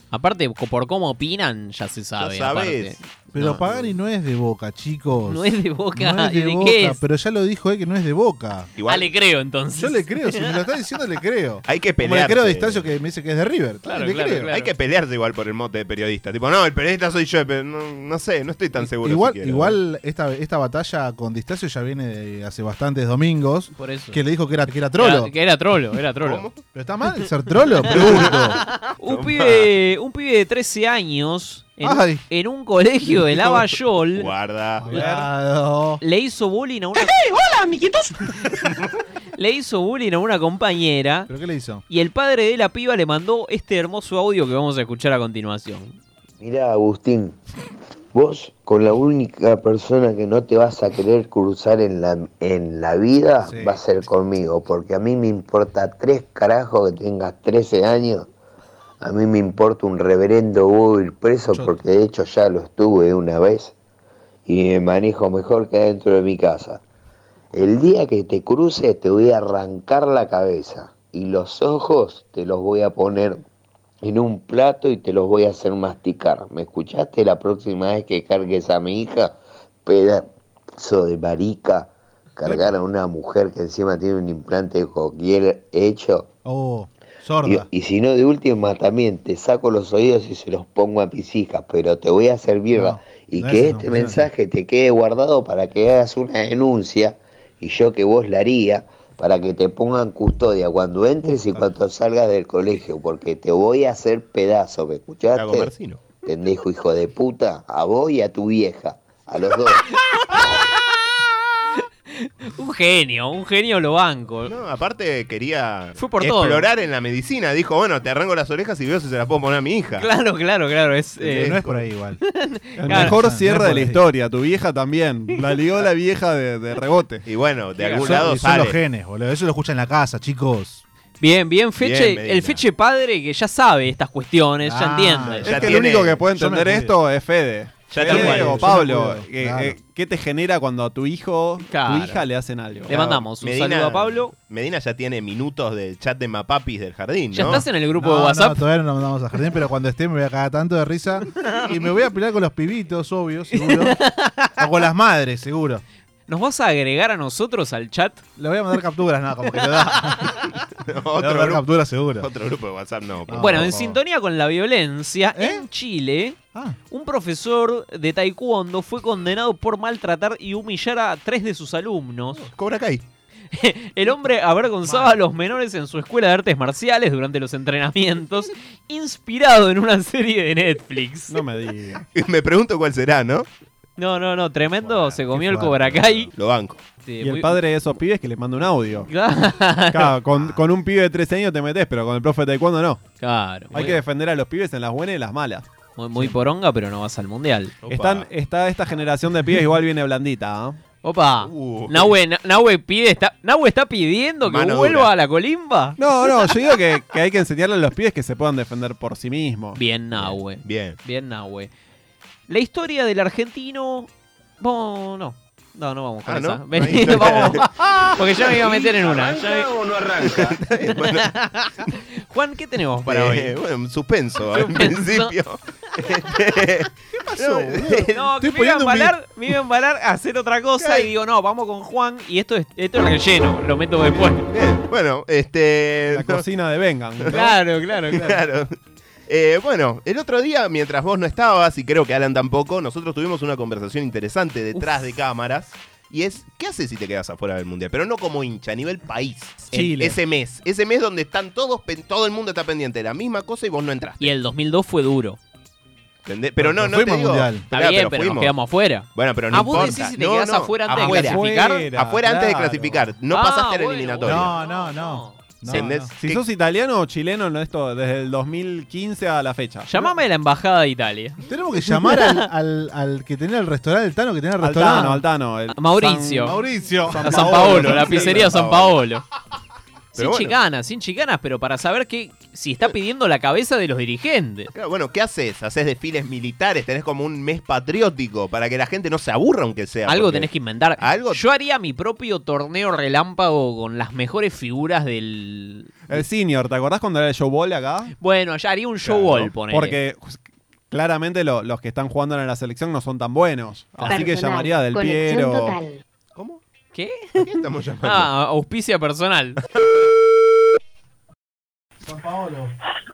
J: Aparte, co- por cómo opinan, ya se sabe.
B: sabés.
J: aparte.
K: Pero
J: No.
K: Pagani no es de Boca, chicos.
J: No es de Boca,
K: No es de
J: ¿y de qué
K: Boca,
J: es?
K: pero ya lo dijo él que no es de Boca.
J: Ah, le creo entonces.
K: Yo le creo, si me lo está diciendo le creo.
B: Hay que
K: Como le
B: pelearse.
K: creo a Distacio que me dice que es de River. le creo.
B: Hay que pelearse igual por el mote de periodista. Tipo, no, el periodista soy yo, pero no, no sé, no estoy tan seguro.
K: Igual,
B: si quiero.
K: igual esta, esta batalla con Distacio ya viene de hace bastantes domingos.
J: Por eso.
K: Que le dijo que era, que era trolo.
J: Era- que era trolo, era trolo.
K: ¿Pero está mal ser trolo? Pregunto.
J: Un pibe, un pibe de 13 años en,
K: Ay.
J: en un colegio de Lavallol.
K: Guarda.
J: Le hizo bullying a una. ¡Eh, ¡Hola, amiguitos! le hizo bullying a una compañera.
K: ¿Pero qué le hizo?
J: Y el padre de la piba le mandó este hermoso audio que vamos a escuchar a continuación.
S: Mirá, Agustín, Vos, con la única persona que no te vas a querer cruzar en la, en la vida, va a ser conmigo, porque a mí me importa tres carajos que tengas 13 años. A mí me importa un reverendo huevo ir preso, porque de hecho ya lo estuve una vez y me manejo mejor que dentro de mi casa. El día que te cruces te voy a arrancar la cabeza y los ojos te los voy a poner en un plato y te los voy a hacer masticar. ¿Me escuchaste la próxima vez que cargues a mi hija? Pedazo de marica, cargar a una mujer que encima tiene un implante de coquier hecho.
K: Oh, sorda.
S: Y, y si no, de última también te saco los oídos y se los pongo a mis hijas, pero te voy a hacer mierda. y
K: no,
S: que
K: eso no,
S: este
K: no.
S: mensaje te quede guardado para que hagas una denuncia, y yo que vos la haría, para que te pongan custodia cuando entres y cuando salgas del colegio, porque te voy a hacer pedazo,
B: Cago
S: ¿me escuchaste?
B: Marcino.
S: Pendejo hijo de puta, a vos y a tu vieja, a los dos.
J: Un genio, un genio lo banco.
B: No, aparte quería
J: Fue por todo.
B: explorar en la medicina. Dijo, bueno, te arranco las orejas y veo si se las puedo poner a mi hija.
J: Claro, claro, claro. Es, eh,
K: no es por ahí igual.
L: El
K: Este, Claro.
L: mejor
K: Ah, no
L: cierre
K: es
L: de la
K: por ahí.
L: historia, tu vieja también. La ligó la vieja de, de rebote.
B: Y bueno, de
K: Son- y son los genes, boludo. Eso lo escuchan en la casa, chicos.
J: Bien, bien, Feche,
K: Bien, Medina.
J: el Feche padre que ya sabe estas cuestiones, ya
K: Ah,
J: entiende.
L: Es que el único que puede entender esto es Fede.
J: Ya te
L: Fede
J: cuido,
L: o
J: yo me
L: Pablo, eh,
J: cuido,
L: que-
J: claro.
L: que- ¿qué te genera cuando a tu hijo, tu hija le hacen algo?
J: Le mandamos un saludo a
B: Pablo. Medina ya tiene minutos del chat de Mapapis del jardín,
K: No,
B: ¿no?
K: no, todavía no nos mandamos a jardín, pero cuando esté me voy a cagar tanto de risa. Y me voy a pelear con los pibitos, obvio, seguro. O con las madres, seguro.
J: ¿Nos vas a agregar a nosotros al chat?
K: Le voy a mandar capturas, nada, como que le da. Le voy a mandar
B: grupo-
K: capturas, seguro.
B: Otro grupo de WhatsApp, no. por
J: bueno,
B: favor.
J: en sintonía con la violencia, en Chile,
K: Ah,
J: un profesor de taekwondo fue condenado por maltratar y humillar a tres de sus alumnos.
B: Cobra Kai.
J: El hombre avergonzaba a los menores en su escuela de artes marciales durante los entrenamientos, inspirado en una serie de Netflix.
L: No me digas.
B: Me pregunto cuál será, ¿no?
J: No, no, no, tremendo, se comió el
L: fuerte,
J: Cobra Kai.
B: Lo banco.
I: Eh,
L: Y el padre de esos pibes que les manda un audio. Claro, con, con un pibe de 13 años te metes, pero con el profe de taekwondo no.
J: Claro.
L: Hay que defender a los pibes en las buenas y las malas.
J: Muy, muy poronga, pero no vas al mundial.
L: Están, está esta generación de pibes igual viene blandita, ¿ah?
J: Opa,
L: Uh.
J: Nahue, Na- Nahue pide, está, Nahue está pidiendo que
L: Mano
J: vuelva
L: dura.
J: a la colimba.
L: No, no, yo digo que, que hay que enseñarle a los pibes que se puedan defender por sí mismos.
J: Bien, Nahue.
B: Bien.
J: Bien, Nahue. La historia del argentino. No, no. No, no vamos con
C: Ah,
J: esa.
C: ¿no?
J: Vení,
C: No hay historia.
J: vamos. Porque ya me iba a meter en una. Ya me-
C: o no arranca?
J: Juan, ¿qué tenemos para hoy?
B: Eh, bueno, un suspenso al
J: Suspenso.
B: principio. ¿Qué
J: No, No, que me iba, a embalar, me iba a embalar a hacer otra cosa y digo, no, vamos con Juan y esto es, esto es relleno, lo meto después.
B: Bueno, este.
L: La cocina de Vengan.
J: Claro, claro, claro.
B: Claro. Eh, bueno, el otro día, mientras vos no estabas, y creo que Alan tampoco, nosotros tuvimos una conversación interesante detrás de cámaras. Y es, ¿qué haces si te quedas afuera del mundial? Pero no como hincha, a nivel país. En
J: Chile.
B: Ese mes. Ese mes donde están todos, pen- todo el mundo está pendiente de la misma cosa y vos no entraste.
J: Y el 2002 fue duro.
B: ¿entendés? Pero no, no te
J: fuimos al
B: digo.
J: mundial. Está
B: Pará,
J: bien, pero nos
B: fuimos.
J: quedamos afuera.
B: Bueno, pero no
J: Ah, vos
B: importa.
J: decís si te
B: No,
J: quedás
B: no,
J: afuera antes de clasificar.
B: Afuera, antes de
L: claro.
B: clasificar. No
J: Ah,
B: pasaste a la
J: bueno.
B: eliminatoria.
K: No, no, no.
L: No,
B: ¿Entendés?
L: no. Si sos italiano o chileno, no esto desde el 2015 a la fecha.
J: Llamame a la embajada de Italia.
K: Tenemos que llamar al, al- al que tenía el restaurante, el Tano que tenía el restaurante.
L: Altano, Altano. el
J: Mauricio.
L: San- Mauricio.
J: A San Paolo, la
L: Sí,
J: pizzería San Paolo. Sin
B: Pero bueno.
J: chicanas, sin chicanas, pero para saber que, si está pidiendo la cabeza de los dirigentes.
B: Claro, bueno, ¿qué haces? Haces desfiles militares, tenés como un mes patriótico para que la gente no se aburra aunque sea.
J: Algo
B: porque-
J: tenés que inventar. Yo haría mi propio torneo relámpago con las mejores figuras del.
L: El senior, ¿te acordás cuando era el showball acá?
J: Bueno, ya haría un show ball, ponele.
L: Porque pues, claramente lo- los que están jugando en la selección no son tan buenos. Así que
J: Personal,
L: llamaría a Del
J: conexión
L: Piero.
J: total. ¿Qué?
B: estamos llamando?
J: Ah, auspicia personal.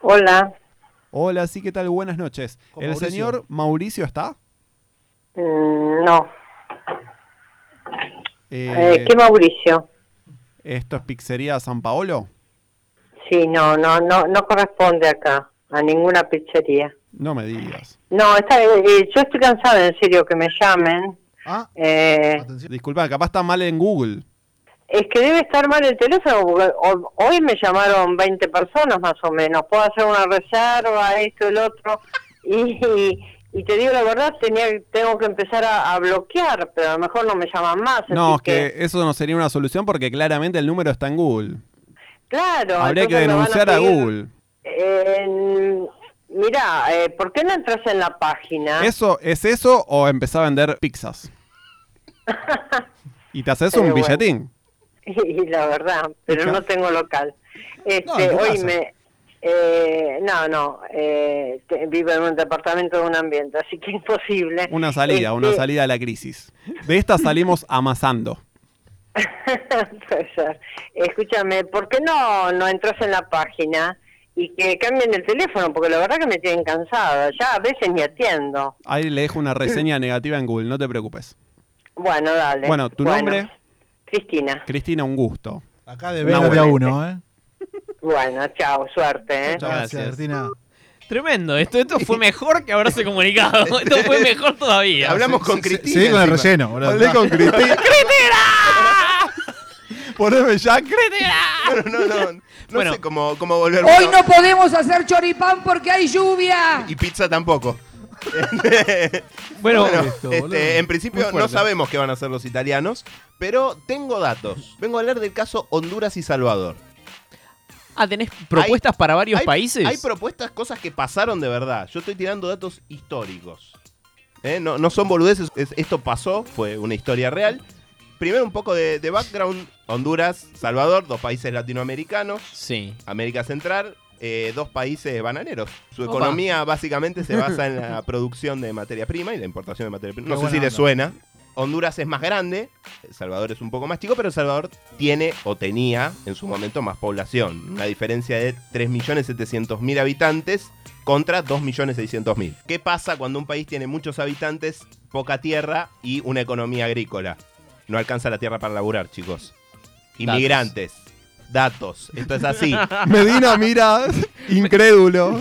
T: Hola.
L: Hola, sí, ¿qué tal? Buenas noches.
T: Con
L: ¿El
T: Mauricio.
L: señor Mauricio está?
T: Mm, no.
L: Eh,
T: Eh, ¿Qué Mauricio?
L: ¿Esto es Pizzería San Paolo?
T: Sí, no, no, no, no corresponde acá a ninguna pizzería.
L: No me digas.
T: No, está, eh, eh, yo estoy cansada, en serio, que me llamen. Eh,
L: Ah. Disculpa, capaz está mal en Google.
T: es que debe estar mal el teléfono, porque ho- hoy me llamaron 20 personas más o menos. Puedo hacer una reserva, esto, el otro, y, Y te digo la verdad, tenía, tengo que empezar a, a bloquear, pero a lo mejor no me llaman más.
L: No, es
T: así que,
L: que eso no sería una solución porque claramente el número está en Google.
T: claro.
L: Habría que
T: entonces me van
L: denunciar a
T: pedir-
L: Google.
T: Eh, mira, eh, ¿por qué no entras en la página?
L: ¿Eso es eso o empezar a vender pizzas? y te haces
T: Pero
L: un
T: bueno.
L: billetín.
T: Y la verdad, pero
L: Claro.
T: no tengo local.
L: No, en
T: Este,
L: tu casa.
T: oíme, eh, no, no, eh, te- vivo en un departamento de un ambiente, así que imposible.
L: Una salida, una
T: Este,
L: salida a la crisis. De esta salimos amasando.
T: puede ser. Escúchame, ¿por qué no, no entras en la página y que cambien el teléfono? Porque la verdad que me tienen cansada, ya a veces ni atiendo.
L: Ahí le dejo una reseña negativa en Google, no te preocupes.
T: Bueno, dale.
L: Bueno, ¿tu nombre?
T: Cristina.
L: Cristina, un gusto.
K: Acá de
L: Una
K: veras de a
L: buena.
K: uno, ¿eh?
T: Bueno, chao, suerte. ¿eh?
J: Tremendo, esto, esto fue mejor que haberse comunicado. Esto fue mejor todavía.
G: Ah,
B: Hablamos con Cristina.
K: Seguí con el
B: encima.
K: relleno, boludo.
B: Hablé con Cristina.
L: Poneme ya,
B: No, no, no. No sé cómo, cómo volver.
U: Hoy
B: bueno,
U: no podemos hacer choripán porque hay lluvia.
B: Y pizza tampoco.
J: bueno,
K: Esto,
B: este,
K: boludo.
B: en
K: Muy
B: principio
K: fuerte.
B: no sabemos qué van a hacer los italianos, pero tengo datos. Vengo a hablar del caso Honduras y Salvador.
J: Ah, tenés propuestas para varios
B: hay-
J: países.
B: Hay propuestas, cosas que pasaron de verdad. Yo estoy tirando datos históricos. Eh, No, no son boludeces, es- esto pasó, fue una historia real. Primero un poco de, de background. Honduras, Salvador, dos países latinoamericanos.
J: Sí.
B: América Central, eh, dos países bananeros. Su
J: Opa.
B: economía básicamente se basa en la producción de materia prima y la importación de materia prima.
K: Qué
B: No sé
K: buena
B: si le
K: onda.
B: suena. Honduras es más grande, El Salvador es un poco más chico, pero El Salvador tiene o tenía en su momento más población. Una diferencia de 3.700.000 habitantes contra 2.600.000. ¿Qué pasa cuando un país tiene muchos habitantes, poca tierra y una economía agrícola? No alcanza la tierra para laburar, chicos. Inmigrantes. Datos. Esto es así.
L: Medina mira incrédulo.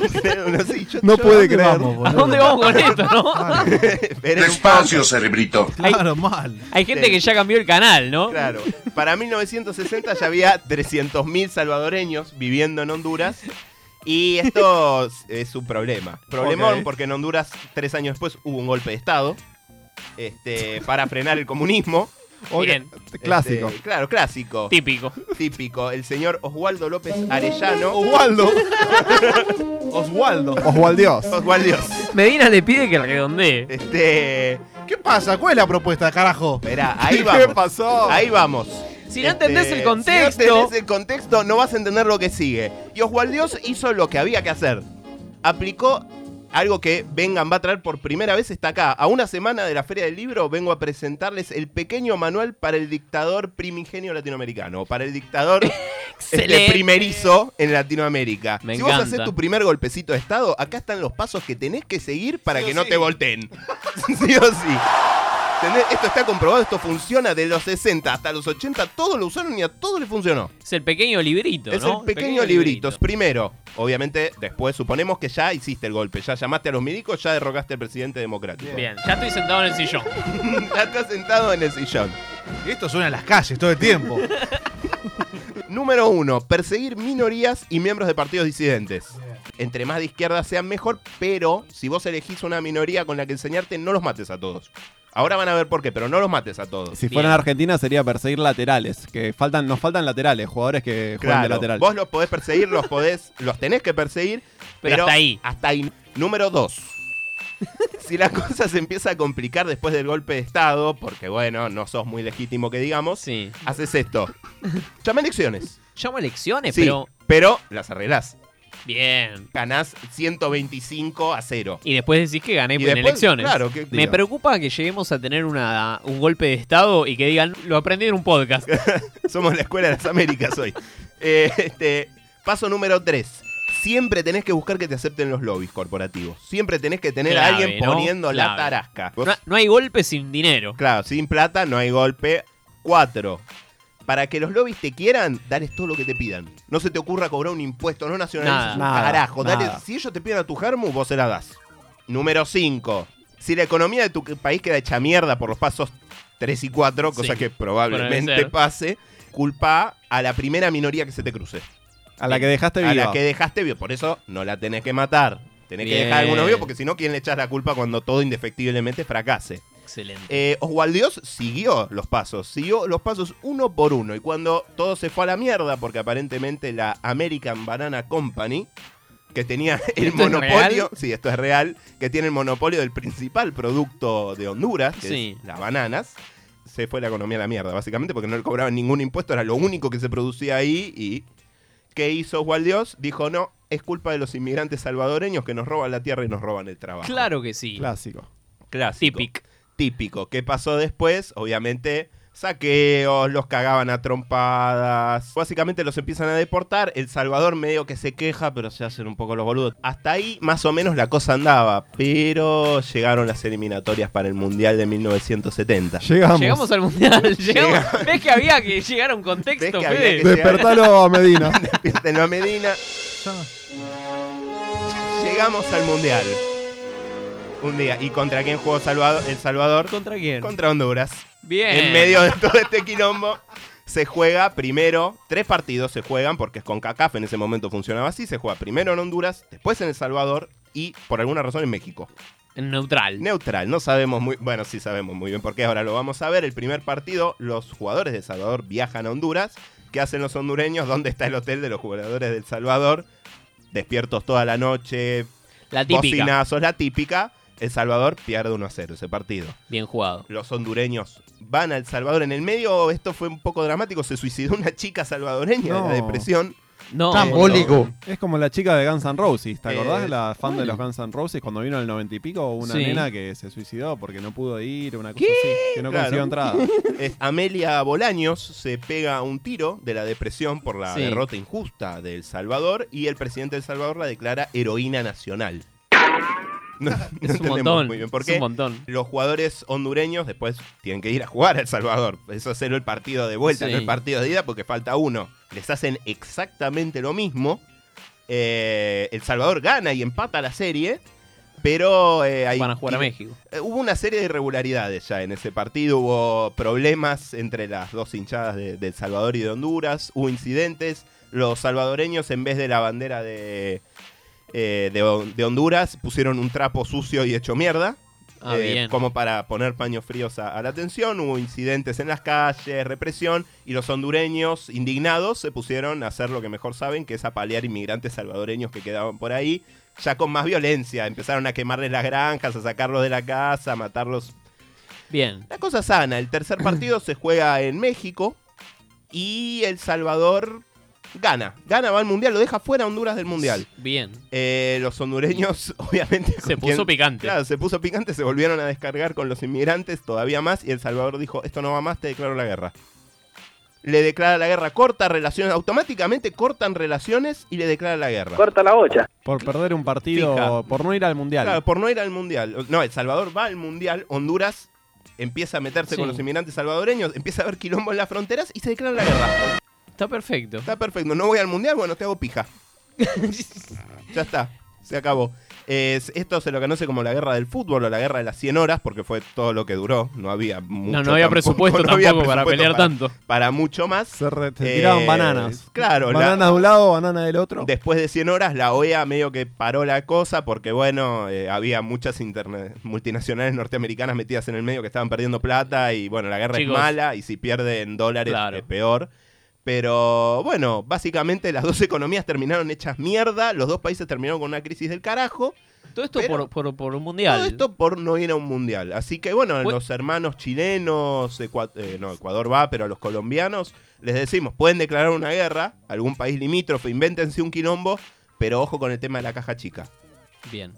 L: no puede creer.
J: ¿A dónde vamos con esto, no?
B: Despacio,
V: cerebrito.
K: Claro, mal.
J: Hay gente que ya cambió el canal, ¿no?
B: Claro. Para 1960 ya había 300.000 salvadoreños viviendo en Honduras. Y esto es un problema. Problemón
K: Ok.
B: porque en Honduras, tres años después, hubo un golpe de Estado este, para frenar el comunismo.
J: Bien.
B: Este,
J: Clásico.
B: claro, clásico.
J: Típico.
B: Típico. El señor Oswaldo López Arellano.
L: Oswaldo.
B: Oswaldo.
L: Oswaldios.
B: Oswaldios.
J: Medina le pide que redondee.
B: Este.
K: ¿Qué pasa? ¿Cuál es la propuesta, carajo?
B: Espera, ahí vamos. Ahí vamos. Este,
J: Si no entendés el contexto-
B: Si no entendés el contexto, no vas a entender lo que sigue. Y Oswaldios hizo lo que había que hacer. Aplicó algo que Vengan va a traer por primera vez está acá. A una semana de la Feria del Libro vengo a presentarles el pequeño manual para el dictador primigenio latinoamericano. Para el dictador este,
J: Excelente.
B: primerizo en Latinoamérica. si vos
J: encanta.
B: haces tu primer golpecito de Estado, acá están los pasos que tenés que seguir para
J: Sí o
B: que no
J: sí.
B: te volteen. sí o sí. ¿Entendés? Esto está comprobado, esto funciona de los 60 hasta los 80, todos lo usaron y a todos les funcionó.
J: Es el pequeño librito,
B: es
J: ¿no?
B: el pequeño, librito. Primero, obviamente, después suponemos que ya hiciste el golpe, ya llamaste a los milicos, ya derrocaste al presidente democrático.
J: Bien, ya estoy sentado en el sillón.
B: ya estás sentado en el sillón.
K: Esto suena en las calles todo el tiempo.
B: Número uno, perseguir minorías y miembros de partidos disidentes. Entre más de izquierda sean mejor, pero si vos elegís una minoría con la que enseñarte, no los mates a todos. Ahora van a ver por qué, pero no los mates a todos.
L: Si fuera en Argentina sería perseguir laterales, que faltan, nos faltan laterales, jugadores que juegan de
B: Claro,
L: lateral.
B: Vos los podés perseguir, los podés, los tenés que perseguir, pero,
L: hasta ahí.
B: Hasta ahí. Número dos. si la cosa se empieza a complicar después del golpe de Estado, porque bueno, no sos muy legítimo que digamos, haces esto. Llama elecciones.
J: Llama elecciones,
B: Sí,
J: pero.
B: pero las arreglás.
J: Bien.
B: Ganás 125 a 0.
J: Y después decís que gané pues
B: Y
J: en
B: después,
J: elecciones.
B: claro, que-
J: Me
B: digo.
J: preocupa que lleguemos a tener una, un golpe de Estado y que digan, lo aprendí en un podcast.
B: Somos la escuela de las Américas hoy. Eh, este, paso número 3. Siempre tenés que buscar que te acepten los lobbies corporativos. Siempre tenés que tener a
J: Clave,
B: alguien
J: ¿no?
B: poniendo la
J: Clave.
B: tarasca.
J: No, no hay golpe sin dinero.
B: Claro, sin plata no hay golpe. 4. Para que los lobbies te quieran, dales todo lo que te pidan. No se te ocurra cobrar un impuesto, no nacionalices
J: Nada,
B: un
J: nada,
B: carajo. Dale-
J: nada.
B: si ellos te piden a tu germu, vos se la das. Número 5. Si la economía de tu país queda hecha mierda por los pasos 3 y 4, cosa
L: Sí,
B: que
L: puede
B: probablemente
L: ser.
B: pase, culpa a la primera minoría que se te cruce.
L: A la que dejaste
B: A
L: viva.
B: la que dejaste viva. Por eso no la tenés que matar. Tenés que
L: Bien.
B: dejar algunos vivos porque si no, ¿quién le echas la culpa cuando todo indefectiblemente fracase?
J: Excelente.
B: Eh, Oswald Dios siguió los pasos, siguió los pasos uno por uno. Y cuando todo se fue a la mierda, porque aparentemente la American Banana Company, que tenía el
J: ¿Esto es
B: monopolio,
J: real?
B: sí, esto es real, que tiene el monopolio del principal producto de Honduras, que
J: Sí.
B: es las bananas, se fue la economía a la mierda, básicamente, porque no le cobraban ningún impuesto, era lo único que se producía ahí. ¿Y qué hizo Oswald Dios? Dijo, no, es culpa de los inmigrantes salvadoreños que nos roban la tierra y nos roban el trabajo.
J: Claro que sí.
L: Clásico.
B: Clásico. Típico. Típico. ¿Qué pasó después? Obviamente, saqueos, los cagaban a trompadas. Básicamente los empiezan a deportar. El Salvador medio que se queja, pero se hacen un poco los boludos. Hasta ahí más o menos la cosa andaba. Pero llegaron las eliminatorias para el Mundial de 1970.
L: Llegamos.
J: Llegamos al mundial. Llegamos. ¿Ves que había que llegar a un contexto,
B: había
J: Fede?
B: que
L: Despertalo, Medina.
B: Despiértenlo a Medina. Llegamos al Mundial. Un día. ¿Y contra quién jugó Salvador, El Salvador?
J: ¿Contra quién?
B: Contra Honduras.
J: Bien.
B: En medio de todo este quilombo. Se juega primero, tres partidos se juegan, porque es con CACAF en ese momento funcionaba así. Se juega primero en Honduras, después en El Salvador y por alguna razón en México.
J: Neutral.
B: Neutral, no sabemos muy bueno, sí sabemos muy bien por qué, ahora lo vamos a ver. El primer partido, los jugadores de El Salvador viajan a Honduras. ¿Qué hacen los hondureños? ¿Dónde está el hotel de los jugadores del Salvador? Despiertos toda la noche,
J: La típica.
B: bocinazos, la típica. El Salvador pierde 1 a 0 ese partido.
J: Bien jugado.
B: Los hondureños van a El Salvador. En el medio, esto fue un poco dramático. Se suicidó una chica salvadoreña
L: No.
B: de la depresión.
J: No.
L: Es como la chica de Guns N' Roses, ¿te acordás?
B: Eh,
L: la fan de
B: ¿cuál?
L: los Guns N' Roses cuando vino en el noventa y pico, una
B: Sí.
L: nena que se suicidó porque no pudo ir, una cosa así, que no consiguió entrada.
B: Es Amelia Bolaños se pega un tiro de la depresión por la
L: Sí.
B: derrota injusta de El Salvador y el presidente de El Salvador la declara heroína nacional. No, no entendemos
J: montón,
B: muy bien por
J: es
B: qué.
J: un montón.
B: Los jugadores hondureños después tienen que ir a jugar a El Salvador. Eso es el partido de vuelta,
J: Sí.
B: no el partido de ida porque falta uno. Les hacen exactamente lo mismo. Eh, el Salvador gana y empata la serie, pero eh, hay-
J: Van a jugar a
B: y-
J: México.
B: eh, Hubo una serie de irregularidades ya en ese partido, hubo problemas entre las dos hinchadas de, de El Salvador y de Honduras, hubo incidentes, los salvadoreños en vez de la bandera de, eh, de, de Honduras pusieron un trapo sucio y hecho mierda.
J: Ah, bien.
B: Como para poner paños fríos a, a la tensión, hubo incidentes en las calles, represión, y los hondureños indignados se pusieron a hacer lo que mejor saben, que es apalear inmigrantes salvadoreños que quedaban por ahí, ya con más violencia. Empezaron a quemarles las granjas, a sacarlos de la casa, a matarlos
J: Bien.
B: la cosa sana. El tercer partido se juega en México y El Salvador gana. Gana, va al Mundial, lo deja fuera a Honduras del Mundial.
J: Bien.
B: Eh, los hondureños, obviamente. Se
J: puso picante.
B: Claro, se puso picante, se volvieron a descargar con los inmigrantes todavía más y El Salvador dijo, esto no va más, te declaro la guerra. Le declara la guerra, corta relaciones, automáticamente cortan relaciones y le declara la guerra.
L: Corta la olla. Por perder un partido,
B: Fija.
L: por no ir al mundial.
B: Claro, por no ir al mundial. No, El Salvador va al mundial, Honduras empieza a meterse
L: Sí.
B: con los inmigrantes salvadoreños, empieza a haber quilombo en las fronteras y se declara la guerra.
J: Está perfecto.
B: Está perfecto. No voy al mundial, bueno, te hago pija. ya está, se acabó. Es- esto se lo conoce como la guerra del fútbol o la guerra de las 100 horas, porque fue todo lo que duró. No había mucho.
J: no había presupuesto tampoco para pelear tanto.
B: Para mucho más. Se
L: tiraban bananas.
B: Eh, Claro, la-
L: Bananas de un lado, banana del otro.
B: Después de 100 horas, la OEA medio que paró la cosa porque, bueno, eh, había muchas interne- multinacionales norteamericanas metidas en el medio que estaban perdiendo plata y, bueno, la guerra
J: Chicos.
B: es mala y si pierden dólares
J: Claro.
B: es peor. Pero, bueno, básicamente las dos economías terminaron hechas mierda, los dos países terminaron con una crisis del carajo.
J: Todo esto por, por- por un mundial.
B: Todo esto por no ir a un mundial. Así que bueno, los hermanos chilenos, Ecua- eh, no, Ecuador va, pero a los colombianos les decimos, pueden declarar una guerra, algún país limítrofe, invéntense un quilombo, pero ojo con el tema de la caja chica.
J: Bien.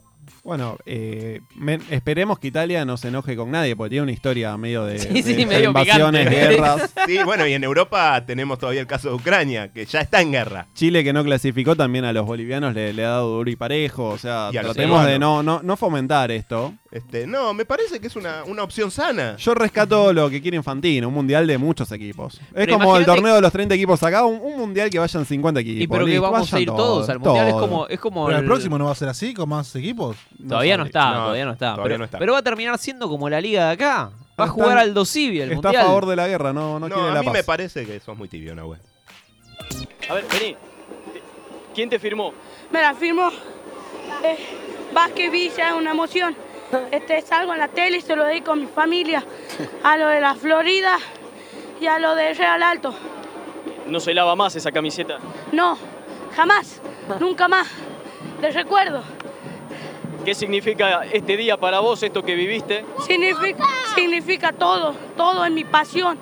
L: Bueno, eh, men- esperemos que Italia no se enoje con nadie, porque tiene una historia medio de,
J: Sí, sí,
L: de
J: medio
L: invasiones,
J: picante.
L: guerras.
B: Sí, bueno, y en Europa tenemos todavía el caso de Ucrania, que ya está en guerra.
L: Chile que no clasificó también a los bolivianos le, le ha dado duro y parejo. O sea,
B: Y a los
L: tratemos de
B: peruanos.
L: no, no, no fomentar esto.
B: Este, no, me parece que es una, una opción sana.
L: Yo rescato lo que quiere Infantino, un mundial de muchos equipos. Es
B: Pero
L: como el
B: imagínate-
L: torneo de los 30 equipos acá, un, un mundial que vayan 50 equipos.
J: Y pero que
L: listo,
J: vamos a
L: vayan
J: ir todos al mundial. Es
L: todos.
J: como, es como
K: Pero el
J: el-
K: próximo no va a ser así, con más equipos.
J: Todavía no,
L: Eh,
K: sabe.
J: está, todavía no está.
K: todavía
J: pero,
K: no está.
J: pero va a terminar siendo como la liga de acá. Va a
L: Están-
J: jugar Aldo Civi el
L: Está
J: mundial.
L: a favor de la guerra, no, no,
B: No,
L: quiere
B: a
L: la
B: mí
L: paz.
B: me parece que sos muy tibio, Nahuel.
I: A ver, vení. ¿Quién te firmó?
F: Me la firmó eh, Vázquez Villa es una emoción. Este, salgo en la tele y se lo dedico a mi familia, a lo de la Florida y a lo de Real Alto.
I: No se lava más esa camiseta.
F: No, jamás, nunca más. Les recuerdo.
I: ¿Qué significa este día para vos, esto que viviste?
F: Significa, significa todo, todo es mi pasión.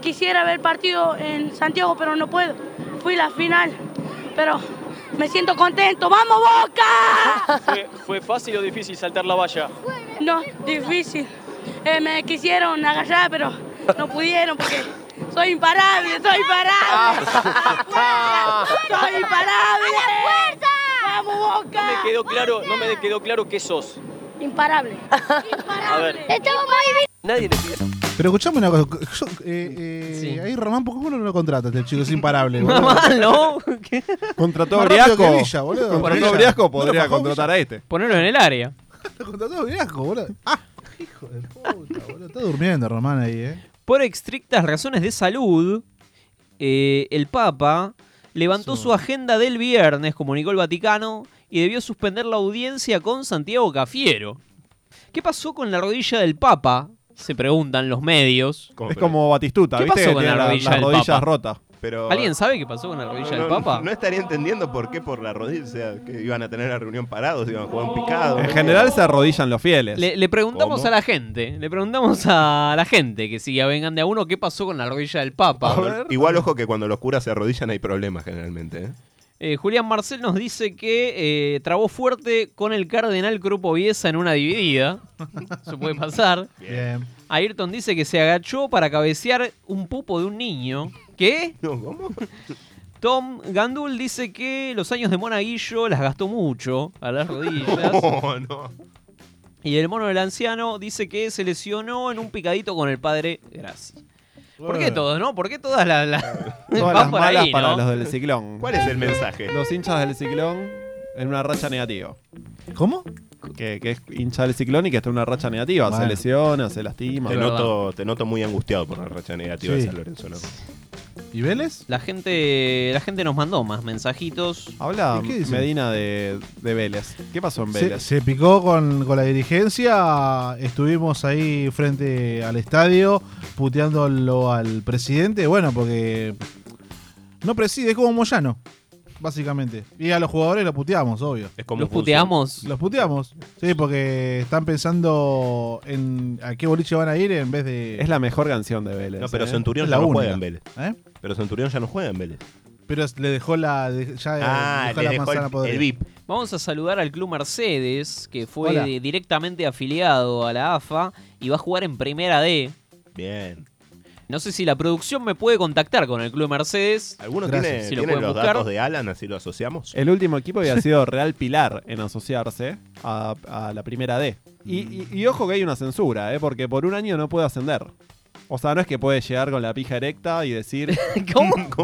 F: Quisiera ver partido en Santiago, pero no puedo. Fui la final, pero me siento contento. ¡Vamos, Boca!
I: ¿Fue, fue fácil o difícil saltar la valla?
F: No, difícil. Eh, me quisieron agarrar, pero no pudieron porque soy imparable, soy imparable. Ah. ¡Soy imparable! ¡Vamos, Boca!
I: No me quedó claro, no me quedó claro qué sos.
F: Imparable.
I: A ver.
F: Estamos muy bien.
I: Nadie te pide.
K: Pero escuchame una cosa. yo- eh, eh, Ahí Román, ¿por qué uno no lo contrata este chico? Es imparable. boludo.
J: ¿no?
L: Contrató a
K: Más rápido que
L: Briasco.
K: Villa, boludo.
L: Contrató
K: Villa.
L: a Briasco,
K: No lo
L: podría
K: fajó
L: contratar a este.
J: Ponerlo en el área.
K: Lo contrató Briasco, boludo. Ah, hijo de puta, boludo. Está durmiendo Román ahí, ¿eh?
J: Por estrictas razones de salud, eh, el Papa levantó su agenda del viernes, comunicó el Vaticano, y debió suspender la audiencia con Santiago Cafiero. ¿Qué pasó con la rodilla del Papa? Se preguntan los medios.
L: Es como Batistuta,
J: ¿Qué
L: ¿viste?
J: pasó
L: Que
J: con
L: tiene
J: la
L: la-
J: rodilla
L: las
J: del
L: rodillas
J: Papa?
L: rotas.
B: Pero,
J: ¿Alguien sabe qué pasó con la rodilla
B: No,
J: del Papa?
B: No estaría entendiendo por qué por la rodilla, o sea, que iban a tener la reunión parados, iban a jugar un picado.
L: En general se arrodillan los fieles.
J: Le, le preguntamos a la gente, le preguntamos a la gente que sigue a Vengan de a uno qué pasó con la rodilla del Papa.
B: Cuando- Igual ojo que cuando los curas se arrodillan hay problemas generalmente. ¿eh?
J: Eh, Julián Marcel nos dice que eh, trabó fuerte con el cardenal Cropoviesa en una dividida. Eso puede pasar.
K: Bien.
J: Ayrton dice que se agachó para cabecear un pupo de un niño. ¿Qué? Tom Gandul dice que los años de Monaguillo las gastó mucho a las rodillas.
B: No, no.
J: Y el mono del anciano dice que se lesionó en un picadito con el padre Graci. ¿Por qué
L: Bueno.
J: todos, no? ¿Por qué todas las, las-
L: Todas
J: van
L: las
J: por
L: malas
J: ahí,
L: para
J: no?
L: los del ciclón.
B: ¿Cuál es el mensaje?
L: Los hinchas del ciclón en una racha negativa.
K: ¿Cómo?
L: Que, que es hincha del ciclón y que está en una racha negativa. Se
B: Bueno.
L: lesiona, se lastima.
B: Te noto, te noto muy angustiado por la racha negativa de
L: Sí.
B: San Lorenzo, ¿no?
K: ¿Y Vélez?
J: La gente, la gente nos mandó más mensajitos.
L: Habla
J: ¿Y qué dicen?
L: Ah, Medina de, de Vélez. ¿Qué pasó en
K: Se,
L: Vélez?
K: se picó con, con la dirigencia, estuvimos ahí frente al estadio puteándolo al presidente, bueno, porque no preside, es como Moyano, básicamente. Y a los jugadores los puteamos, obvio.
B: Es como
J: Los funciona. puteamos.
K: Los puteamos, sí, porque están pensando en a qué boliche van a ir en vez de...
L: Es la mejor canción de Vélez.
B: No, pero
L: ¿eh?
B: Centurión
K: La
B: ya no
K: única.
B: juega en Vélez.
K: ¿Eh?
B: Pero Centurión ya no juega en Vélez.
K: Pero le dejó la, de- ya eh,
B: Ah,
K: dejó
B: le
K: la
B: dejó
K: manzana
B: el-
K: podrida.
B: el VIP.
J: Vamos a saludar al Club Mercedes, que fue
K: Hola.
J: de- directamente afiliado a la AFA y va a jugar en Primera D.
B: Bien.
J: No sé si la producción me puede contactar con el Club Mercedes.
B: ¿Alguno tiene,
J: Si lo
B: tiene
J: pueden
B: los
J: buscar.
B: datos de Alan? Así lo asociamos.
L: El último equipo había sido Real Pilar en asociarse a, a la primera D. Y, y- y ojo que hay una censura, ¿eh? porque por un año no puede ascender. O sea, no es que puede llegar con la pija erecta y decir,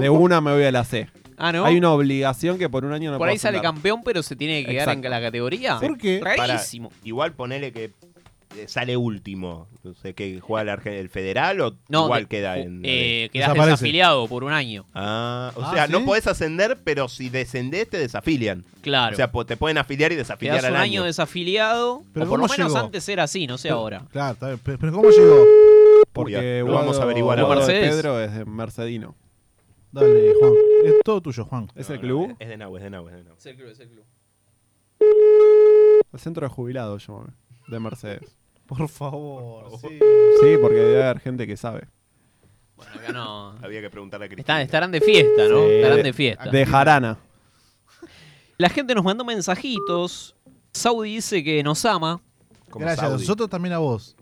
L: de una me voy a la C.
J: Ah, ¿no?
L: Hay una obligación que por un año no
J: Por
L: puedo
J: ahí sale
L: ascender.
J: campeón, pero se tiene que quedar
L: Exacto.
J: en la categoría.
L: ¿Por qué?
J: Rarísimo.
B: Pará, igual ponele que eh, sale último. No sé que juega el, Arge- el federal o
J: No,
B: igual
J: de-
B: queda en. la
J: eh,
B: B?
J: quedás Desaparece. desafiliado por un año.
B: Ah, o
J: Ah,
B: sea, no
J: ¿sí?
B: podés ascender, pero si descendés te desafilian.
J: Claro.
B: O sea, po- te pueden afiliar y desafiliar
J: Quedás
B: al
J: un
B: año.
J: año desafiliado.
K: Pero
J: o por lo
K: ¿cómo
J: menos
K: llegó?
J: antes era así, no sé
K: Pero-
J: ahora.
K: Claro, está bien, pero pero ¿cómo llegó?
L: Porque
B: Lo vamos a averiguar
L: Guado
B: ahora.
L: de
B: Mercedes.
L: Pedro es de Mercedino.
K: Dale, Juan. Es todo tuyo, Juan.
L: ¿Es el club?
B: Es de Nahue, es de Nahue. es de Nahue.
L: El centro de jubilados, llámame. De Mercedes.
K: Por favor, sí.
L: Sí, porque debe haber gente que sabe.
J: Acá no.
B: Había que preguntarle a
J: Están- estarán de fiesta, ¿no?
L: Sí,
J: estarán de fiesta.
L: De jarana.
J: La gente nos mandó mensajitos. Saudi dice que nos ama.
K: Gracias, a nosotros también a vos.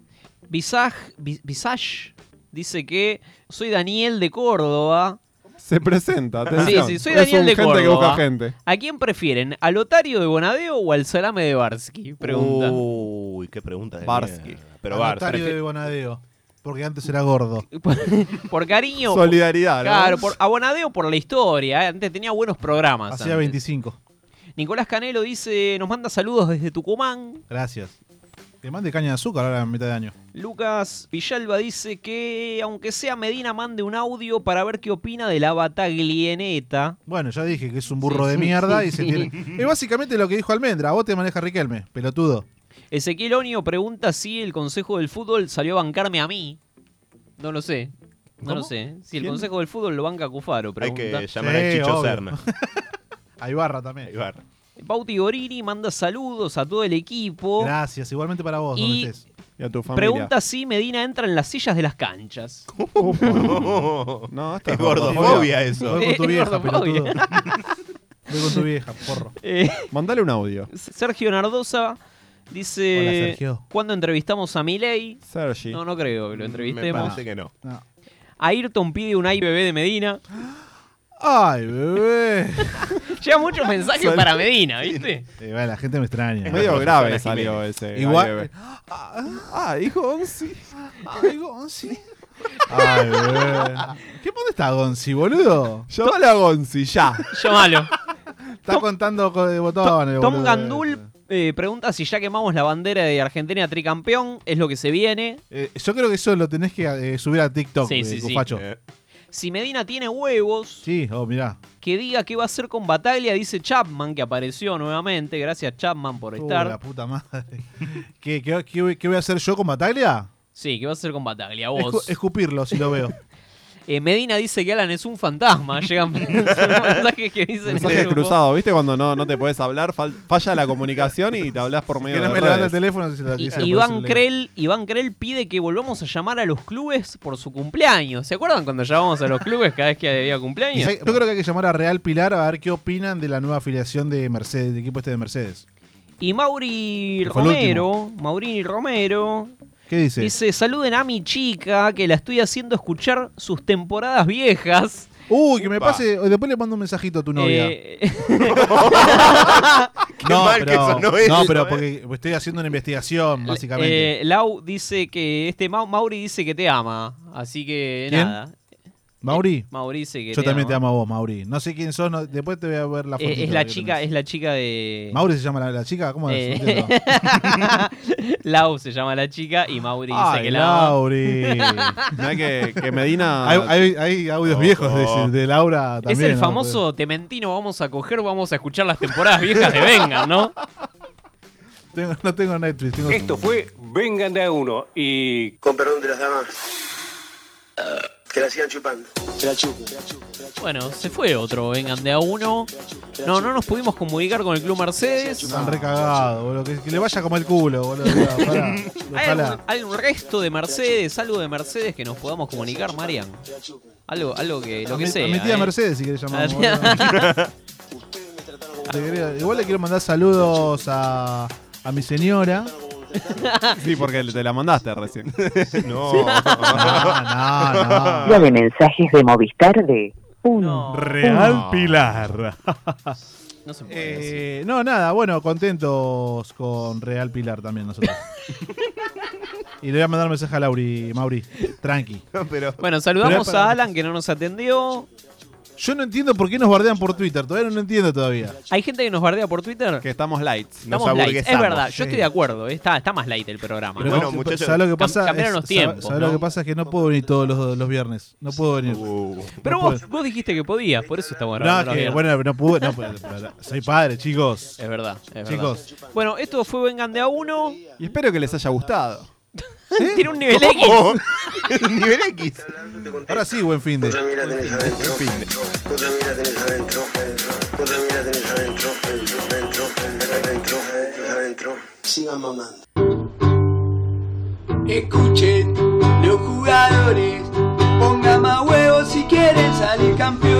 J: Visaj, Vi- Visaj dice que soy Daniel de Córdoba.
L: Se presenta,
J: Sí,
L: atención.
J: sí, soy
L: Es
J: Daniel
L: un
J: de
L: gente
J: Córdoba.
L: que busca gente.
J: ¿A quién prefieren? ¿A Lotario de Bonadeo o al Salame de Barsky? Pregunta.
B: Uy, qué pregunta. de
L: Barsky.
B: mierda. Pero
K: Al
B: Barsky.
K: notario de Bonadeo. Porque antes era gordo.
J: Por cariño. por-
L: Solidaridad, ¿no?
J: Claro, por, a Bonadeo por la historia. eh, Antes tenía buenos programas.
K: Hacía
J: antes.
K: 25.
J: Nicolás Canelo dice, nos manda saludos desde Tucumán.
K: Gracias. Que mande caña de azúcar ahora en mitad de año.
J: Lucas Villalba dice que, aunque sea Medina, mande un audio para ver qué opina de la bataglieneta.
K: Bueno, ya dije que es un burro de mierda y se tiene. Es básicamente lo que dijo Almendra. Vos te maneja Riquelme, pelotudo.
J: Ezequiel Onio pregunta si el Consejo del Fútbol salió a bancarme a mí. No lo sé. No
K: ¿Cómo?
J: lo sé. ¿eh? Si el
K: ¿Quién?
J: Consejo del Fútbol lo banca Cufaro, pregunta.
B: que llamar al Sí, Chicho obvio. Serna.
K: A Ibarra también.
J: Bauti Gorini manda saludos a todo el equipo.
K: Gracias, igualmente para vos, donde
J: Y
K: estés.
L: Y a tu
J: pregunta si Medina entra en las sillas de las canchas.
L: no,
B: Es gordofobia eso.
K: Voy con tu
J: Es
K: vieja,
J: gordofobia.
K: pelotudo. Voy con tu vieja, porro.
J: Eh,
L: Mandale un audio.
J: Sergio Nardosa dice:
L: Hola, Sergio.
J: ¿Cuándo entrevistamos a Milei?
L: Sergi.
J: No, no creo que lo entrevistemos.
L: Me parece que no.
K: No.
J: Ayrton pide un IBB de Medina.
K: Ay, bebé.
J: Llega muchos mensajes
K: Sal-
J: para Medina, ¿viste?
K: Eh, bueno, la gente me extraña.
L: Medio grave salió ese. Ay,
K: Igual.
L: bebé.
K: Ah, dijo Gonzi. Ah, dijo Gonzi. Ay, bebé. ¿Qué dónde está Gonzi, boludo?
L: Llamalo a Gonzi, ya.
J: Llámalo.
K: Está contando co- de botones,
J: Tom
K: boludo.
J: Gandul eh, pregunta si ya quemamos la bandera de Argentina tricampeón, es lo que se viene.
K: Eh, yo creo que eso lo tenés que eh, subir a TikTok,
J: Sí,
K: eh,
J: sí, sí.
K: Cupacho.
J: Si Medina tiene huevos,
K: Sí, oh, mirá.
J: que diga qué va a hacer con Bataglia, dice Chapman, que apareció nuevamente. Gracias Chapman por
K: Uh,
J: estar.
K: la puta madre. ¿Qué, qué, qué voy- qué voy a hacer yo con Bataglia?
J: Sí, ¿qué va a hacer con Bataglia?
K: Escu-
J: Vos.
K: escupirlo si lo veo.
J: Eh, Medina dice que Alan es un fantasma. Llegan mensajes que dicen. en el
L: Mensaje
J: grupo.
L: cruzado, ¿viste? Cuando no, no te podés hablar, fal- falla la comunicación y te hablas por medio
K: que no
L: de
K: me levanta
L: redes.
K: el teléfono si se lo-
J: Y-
K: si se lo
J: Iván,
K: puedes leer.
J: Krell, Iván Krell pide que volvamos a llamar a los clubes por su cumpleaños. ¿Se acuerdan cuando llamábamos a los clubes cada vez que había
K: Y
J: cumpleaños?
K: sa- Yo creo que hay que llamar a Real Pilar a ver qué opinan de la nueva afiliación de Mercedes, del equipo este de Mercedes.
J: Y Mauri
K: Que fue el
J: Romero, Maurini Romero,
K: ¿Qué dice?
J: dice, saluden a mi chica que la estoy haciendo escuchar sus temporadas viejas.
K: Uy, que me
J: Upa.
K: pase. Después le mando un mensajito a tu novia.
J: Eh,
K: no,
J: mal que
K: pero,
J: eso ¿eh? no
K: no,
J: es,
K: pero
J: ¿no?
K: porque estoy haciendo una investigación, básicamente.
J: eh, Lau dice que, este Mau- Mauri dice que te ama, así que
K: ¿Quién?
J: nada. Eh,
K: Mauri,
J: Mauri dice que
K: yo
J: te
K: también
J: ama.
K: te amo a vos, Mauri. No sé quién sos, no- después te voy a ver la foto.
J: Eh, es la chica, es la chica de...
K: Mauri se llama la, la chica, ¿cómo
J: Eh,
K: es? No entiendo.
J: Lau se llama la chica y Mauri dice
K: Ay,
J: que la ama.
K: Mauri.
L: Mirá que, que Medina.
K: Hay, hay- hay audios
L: Oh,
K: viejos
L: oh.
K: De, de Laura
J: Es
K: también.
J: el
K: ¿no?
J: famoso te mentino, vamos a coger, vamos a escuchar las temporadas viejas de Vengan, ¿no?
K: Tengo- no tengo Netflix. Tengo
G: Esto fue Vengan de a uno y. Con perdón de las damas. Que la sigan chupando. Que la chupen.
J: Bueno, se fue otro Vengan de a uno. No, no nos pudimos comunicar con el Club Mercedes.
K: Están recagados, boludo. Que, que le vaya como el culo, boludo. Pará.
J: ¿Hay
K: Ojalá.
J: algún, hay un resto de Mercedes, algo de Mercedes que nos podamos comunicar, Marian? Algo, algo que, lo
K: A
J: que
K: mi-
J: sea.
K: a mi tía
J: ¿eh?
K: Mercedes, si querés llamar.
J: A tía-
K: Le quería- Igual le quiero mandar saludos a, a mi señora.
L: Sí, porque te la mandaste recién.
B: no.
K: no,
M: Dame mensajes de Movistar de uno.
K: Real Pilar.
J: No se
K: Eh, no, nada, bueno, contentos con Real Pilar también nosotros. y le voy a mandar un mensaje a Lauri, Mauri. Tranqui.
J: Bueno, saludamos
K: Pero-
J: a Alan que no nos atendió.
K: Yo no entiendo por qué nos bardean por Twitter, todavía no lo entiendo todavía.
J: Hay gente que nos bardea por Twitter.
L: Que estamos lights.
J: Estamos light. Es verdad, yo estoy de acuerdo. Está, está más light el programa.
K: Pero
J: ¿no?
K: ¿sabes lo que pasa?
J: Cam- cambiaron
K: Es-
J: los
K: ¿sabes-
J: tiempos.
K: ¿sabes
J: ¿no?
K: lo que pasa? Es que no puedo venir todos los, los viernes. No
L: Uh.
K: puedo venir.
J: Pero
K: No
J: vos, vos dijiste que podías, por eso estamos
K: No,
J: grabando.
K: es
J: los
K: que, bueno,
J: viernes.
K: no pude. no pude, pero soy padre, chicos.
J: Es verdad, es
K: Chicos.
J: verdad. Bueno, esto fue Vengan de a uno.
L: Y espero que les haya gustado.
J: Tiene un nivel X.
L: ¿Cómo?
B: Nivel X.
K: Ahora sí, buen fin de.
G: Sigan mamando. Escuchen los jugadores, pongan más huevos si quieren salir campeón.